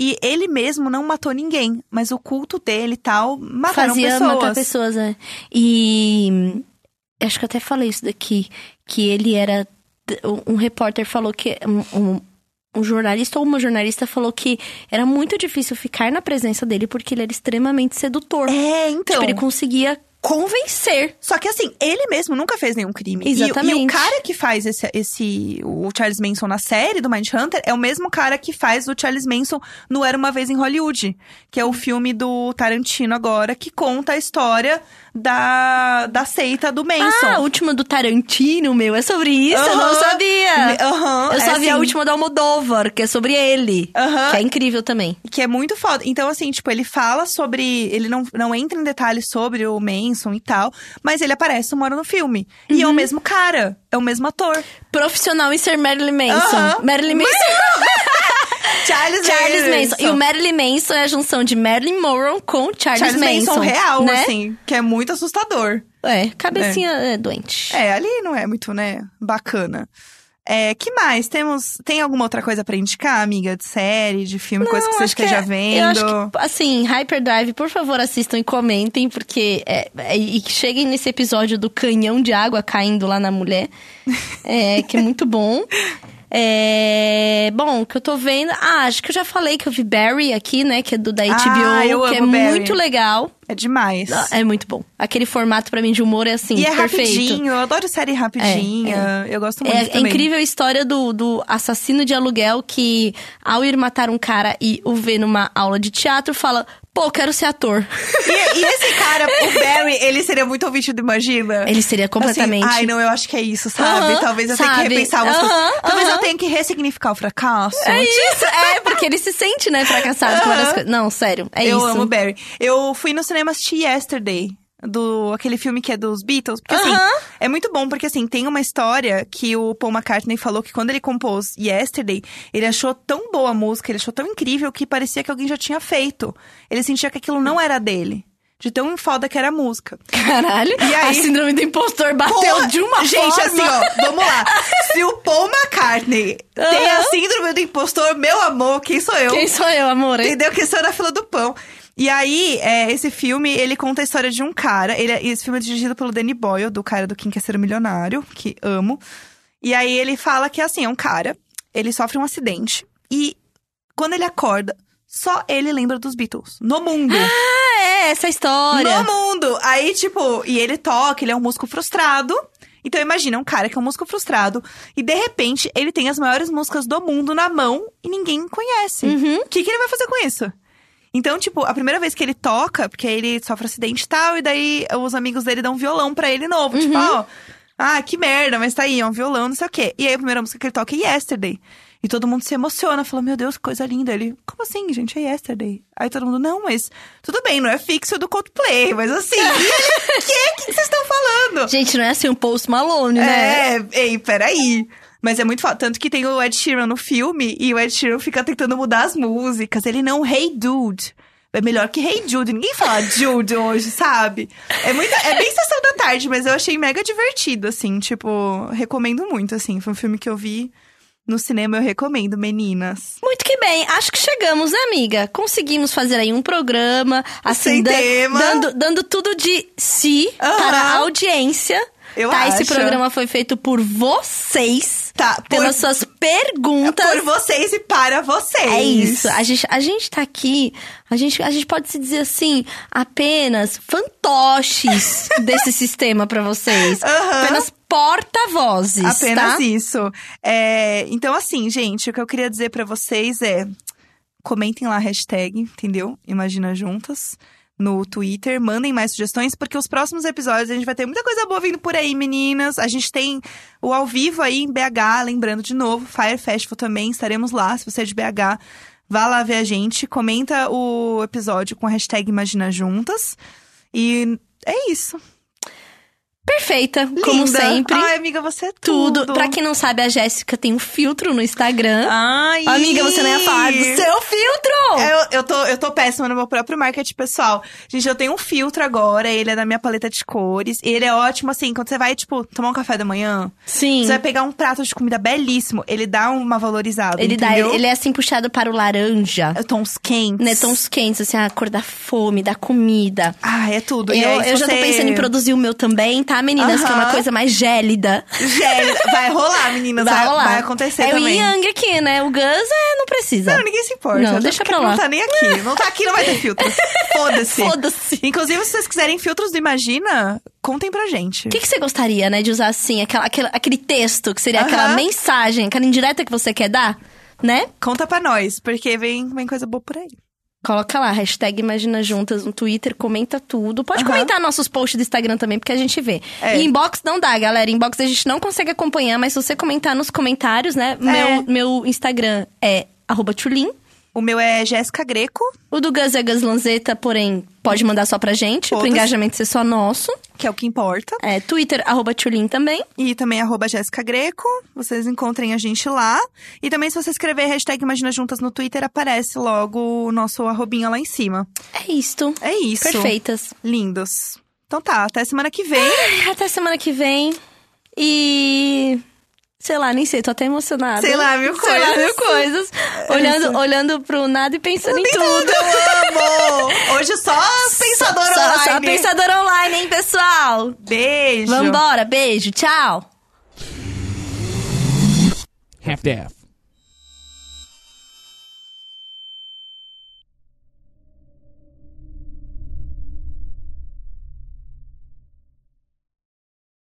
[SPEAKER 2] E ele mesmo não matou ninguém, mas o culto dele e tal mataram
[SPEAKER 1] Fazia
[SPEAKER 2] pessoas.
[SPEAKER 1] matar pessoas, né? E hum, acho que eu até falei isso daqui, que ele era um repórter falou que um, um- um jornalista ou uma jornalista falou que era muito difícil ficar na presença dele porque ele era extremamente sedutor.
[SPEAKER 2] É, então.
[SPEAKER 1] Tipo, ele conseguia convencer.
[SPEAKER 2] Só que assim, ele mesmo nunca fez nenhum crime. E- E,
[SPEAKER 1] Exatamente.
[SPEAKER 2] o cara que faz esse, esse. O Charles Manson na série do Mindhunter é o mesmo cara que faz o Charles Manson no Era Uma Vez em Hollywood, que é o filme do Tarantino agora, que conta a história da, da seita do Manson.
[SPEAKER 1] Ah, a última do Tarantino, meu, é sobre isso? Eu não
[SPEAKER 2] Aham.
[SPEAKER 1] sabia.
[SPEAKER 2] Me- aham,
[SPEAKER 1] Eu
[SPEAKER 2] é
[SPEAKER 1] só vi a
[SPEAKER 2] assim.
[SPEAKER 1] última do Almodóvar, que é sobre ele.
[SPEAKER 2] Aham.
[SPEAKER 1] Que é incrível também.
[SPEAKER 2] Que é muito foda. Então, assim, tipo, ele fala sobre. Ele não, não entra em detalhes sobre o Manson e tal, mas ele aparece uma hora no filme. E é
[SPEAKER 1] Uhum.
[SPEAKER 2] o mesmo cara, é o mesmo ator.
[SPEAKER 1] Profissional em ser Marilyn Manson.
[SPEAKER 2] Aham.
[SPEAKER 1] Marilyn Manson.
[SPEAKER 2] Charles,
[SPEAKER 1] Charles Manson. E o Marilyn Manson é a junção de Marilyn Monroe com Charles,
[SPEAKER 2] Charles Manson, real,
[SPEAKER 1] né?
[SPEAKER 2] assim, que é muito assustador.
[SPEAKER 1] É, cabecinha é. doente.
[SPEAKER 2] É, ali não é muito, né, bacana. É, que mais? Temos, tem alguma outra coisa pra indicar, amiga? De série, de filme, coisa que
[SPEAKER 1] Não,
[SPEAKER 2] você
[SPEAKER 1] acho
[SPEAKER 2] esteja
[SPEAKER 1] é-
[SPEAKER 2] vendo?
[SPEAKER 1] Eu acho que, assim, Hyperdrive, por favor, assistam e comentem, porque. é- é- e que cheguem nesse episódio do canhão de água caindo lá na
[SPEAKER 2] (laughs)
[SPEAKER 1] mulher, é, que é muito bom. É, bom, o que eu tô vendo. Ah, acho que eu já falei que eu vi Barry aqui, né? Que é do da HBO,
[SPEAKER 2] Ah, eu
[SPEAKER 1] que é
[SPEAKER 2] amo Barry.
[SPEAKER 1] muito legal.
[SPEAKER 2] É demais.
[SPEAKER 1] Ah, É muito bom. Aquele formato pra mim de humor é assim,
[SPEAKER 2] e é
[SPEAKER 1] perfeito.
[SPEAKER 2] rapidinho, eu adoro série rapidinha. Eu gosto muito
[SPEAKER 1] É, é
[SPEAKER 2] também.
[SPEAKER 1] incrível a história do, do assassino de aluguel que, ao ir matar um cara e o ver numa aula de teatro, fala: pô, quero ser
[SPEAKER 2] (laughs)
[SPEAKER 1] ator.
[SPEAKER 2] E, e esse cara, o
[SPEAKER 1] (laughs)
[SPEAKER 2] Barry, ele seria muito ouvinte do Imagina?
[SPEAKER 1] Ele seria completamente.
[SPEAKER 2] Assim, Ai, não, eu acho que é isso, sabe?
[SPEAKER 1] Aham,
[SPEAKER 2] Talvez eu tenha
[SPEAKER 1] sabe?
[SPEAKER 2] que repensar algumas
[SPEAKER 1] Aham,
[SPEAKER 2] coisas. Talvez eu
[SPEAKER 1] aham.
[SPEAKER 2] tenha que ressignificar o fracasso.
[SPEAKER 1] É isso, é, porque ele se sente, né, fracassado com várias coisas. Não, sério, é
[SPEAKER 2] eu
[SPEAKER 1] isso.
[SPEAKER 2] amo Barry. Eu fui no cinema assistir Yesterday. Do aquele filme que é dos Beatles. Porque assim,
[SPEAKER 1] Aham.
[SPEAKER 2] é muito bom, porque assim, tem uma história que o Paul McCartney falou que quando ele compôs Yesterday, ele achou tão boa a música, ele achou tão incrível que parecia que alguém já tinha feito. Ele sentia que aquilo não era dele. De tão foda que era a música. Então,
[SPEAKER 1] Caralho,
[SPEAKER 2] E aí-
[SPEAKER 1] a síndrome do impostor bateu
[SPEAKER 2] Porra,
[SPEAKER 1] de uma
[SPEAKER 2] Gente,
[SPEAKER 1] forma.
[SPEAKER 2] assim, ó, vamos (laughs) lá. Se o Paul McCartney tem a
[SPEAKER 1] Aham.
[SPEAKER 2] síndrome do impostor, meu amor, quem sou eu?
[SPEAKER 1] Quem sou eu, amor? hein?
[SPEAKER 2] Entendeu? Que isso na fila do pão. E aí, é, esse filme, ele conta a história de um cara. Ele, esse filme é dirigido pelo Danny Boyle, do cara do Quem Quer Ser um Milionário, que amo. E aí ele fala que, assim, é um cara, ele sofre um acidente. E quando ele acorda, só ele lembra dos Beatles. No mundo!
[SPEAKER 1] Ah, é, essa história.
[SPEAKER 2] No mundo! Aí, tipo, e ele toca, ele é um músico frustrado. Então imagina, um cara que é um músico frustrado e de repente ele tem as maiores músicas do mundo na mão e ninguém conhece.
[SPEAKER 1] Uhum.
[SPEAKER 2] O que, que ele vai fazer com isso? Então, tipo, a primeira vez que ele toca, porque aí ele sofre acidente e tal, e daí os amigos dele dão um violão pra ele novo. Tipo, ó, ah, que merda, mas tá aí, é um violão, não sei o quê. E aí a primeira música que ele toca é Yesterday. E todo mundo se emociona, fala, meu Deus, que coisa linda. Ele, como assim, gente? É Yesterday. Aí todo mundo, não, mas tudo bem, não é fixo do Coldplay, mas assim, e ele, que, que que vocês estão falando?
[SPEAKER 1] Gente, não é assim um post Malone, né?
[SPEAKER 2] É, ei, peraí. Mas é muito foda. Tanto que tem o Ed Sheeran no filme e o Ed Sheeran fica tentando mudar as músicas. Ele não, hey dude. É melhor que Hey Jude. Ninguém fala Jude hoje, sabe? É, muita, é bem sessão da tarde, mas eu achei mega divertido, assim. Tipo, recomendo muito, assim. Foi um filme que eu vi no cinema, eu recomendo, meninas.
[SPEAKER 1] Muito que bem, acho que chegamos, né, amiga? Conseguimos fazer aí um programa, assim,
[SPEAKER 2] Sem tema.
[SPEAKER 1] Dando, dando tudo de si
[SPEAKER 2] Aham.
[SPEAKER 1] para a audiência.
[SPEAKER 2] Eu
[SPEAKER 1] tá, esse
[SPEAKER 2] acho.
[SPEAKER 1] programa foi feito por vocês,
[SPEAKER 2] Tá, por, É
[SPEAKER 1] pelas suas perguntas.
[SPEAKER 2] por vocês e para vocês.
[SPEAKER 1] É isso, a gente, a gente tá aqui, a gente, a gente pode se dizer assim, apenas
[SPEAKER 2] (laughs)
[SPEAKER 1] fantoches desse sistema pra vocês.
[SPEAKER 2] Aham.
[SPEAKER 1] Apenas porta-vozes,
[SPEAKER 2] Apenas
[SPEAKER 1] tá?
[SPEAKER 2] isso. É, então, assim, gente, o que eu queria dizer pra vocês é: comentem lá a hashtag, entendeu? Imagina Juntas no Twitter, mandem mais sugestões, porque os próximos episódios a gente vai ter muita coisa boa vindo por aí, meninas. A gente tem o ao vivo aí em BH, lembrando de novo, Fire Festival também, estaremos lá, se você é de BH. Vá lá ver a gente, comenta o episódio com a hashtag Imagina Juntas. E é isso.
[SPEAKER 1] Perfeita, como
[SPEAKER 2] Linda.
[SPEAKER 1] sempre.
[SPEAKER 2] Ai, amiga, você é tudo.
[SPEAKER 1] tudo. Pra quem não sabe, a Jéssica tem um filtro no Instagram.
[SPEAKER 2] Ai.
[SPEAKER 1] Amiga, você é não ia falar do seu filtro!
[SPEAKER 2] É, Eu, eu, tô, eu tô péssima no meu próprio marketing pessoal. Gente, eu tenho um filtro agora, ele é da minha paleta de cores. Ele é ótimo, assim, quando você vai, tipo, tomar um café da manhã,
[SPEAKER 1] Sim.
[SPEAKER 2] você vai pegar um prato de comida belíssimo. Ele dá uma valorizada.
[SPEAKER 1] Ele, dá,
[SPEAKER 2] entendeu?
[SPEAKER 1] ele é assim puxado para o laranja.
[SPEAKER 2] é tons quentes.
[SPEAKER 1] Né, tons quentes, assim, a cor da fome, da comida.
[SPEAKER 2] Ah, é tudo. e
[SPEAKER 1] Eu,
[SPEAKER 2] aí, se
[SPEAKER 1] eu já tô
[SPEAKER 2] você- (laughs)
[SPEAKER 1] pensando em produzir o meu também, tá, meninas? Que é uma
[SPEAKER 2] Aham.
[SPEAKER 1] coisa mais gélida.
[SPEAKER 2] Gélida. É, Vai rolar, meninas.
[SPEAKER 1] vai rolar.
[SPEAKER 2] acontecer
[SPEAKER 1] é
[SPEAKER 2] também.
[SPEAKER 1] o Yang aqui, né? O Gus é, não precisa.
[SPEAKER 2] Não, ninguém se importa.
[SPEAKER 1] Não,
[SPEAKER 2] Até
[SPEAKER 1] deixa
[SPEAKER 2] porque
[SPEAKER 1] pra lá.
[SPEAKER 2] Não tá nem aqui. Não tá aqui, não vai ter
[SPEAKER 1] (laughs)
[SPEAKER 2] filtro. Foda-se.
[SPEAKER 1] Foda-se.
[SPEAKER 2] Inclusive, se vocês quiserem filtros do Imagina, contem pra gente.
[SPEAKER 1] O que, que você gostaria, né, de usar assim, aquela, aquela- aquele texto, que seria aquela
[SPEAKER 2] Aham.
[SPEAKER 1] mensagem, aquela indireta que você quer dar, né?
[SPEAKER 2] Conta pra nós, porque vem, vem coisa boa por aí.
[SPEAKER 1] Coloca lá, hashtag Imagina Juntas no Twitter, comenta tudo. Pode
[SPEAKER 2] Aham.
[SPEAKER 1] comentar nossos posts do Instagram também, porque a gente vê.
[SPEAKER 2] É.
[SPEAKER 1] E inbox não dá, galera. Inbox a gente não consegue acompanhar, mas se você comentar nos comentários, né?
[SPEAKER 2] É.
[SPEAKER 1] Meu, meu Instagram é arroba tchulin.
[SPEAKER 2] O meu é Jéssica Greco,
[SPEAKER 1] O do Gus é Gus Lanzetta, porém, pode mandar só pra gente, pro
[SPEAKER 2] Foda-se.
[SPEAKER 1] engajamento ser só nosso.
[SPEAKER 2] que é o que importa.
[SPEAKER 1] É, Twitter, arroba tchulin também.
[SPEAKER 2] E também arroba Jéssica Greco. Vocês encontrem a gente lá. E também, se você escrever hashtag Imagina Juntas no Twitter, aparece logo o nosso arrobinha lá em cima.
[SPEAKER 1] É isto.
[SPEAKER 2] É isso.
[SPEAKER 1] Perfeitas.
[SPEAKER 2] Lindos. Então tá, até semana que vem.
[SPEAKER 1] É, Até semana que vem. E. Sei lá, nem sei, tô até emocionada.
[SPEAKER 2] Sei lá, mil
[SPEAKER 1] Sei lá,
[SPEAKER 2] coisas. É
[SPEAKER 1] mil coisas. Olhando, olhando pro nada e pensando em tudo.
[SPEAKER 2] Eu amo! Hoje só pensadora
[SPEAKER 1] só,
[SPEAKER 2] online.
[SPEAKER 1] Só pensadora online, hein, pessoal?
[SPEAKER 2] Beijo.
[SPEAKER 1] Vambora, beijo, tchau.
[SPEAKER 3] half-daff.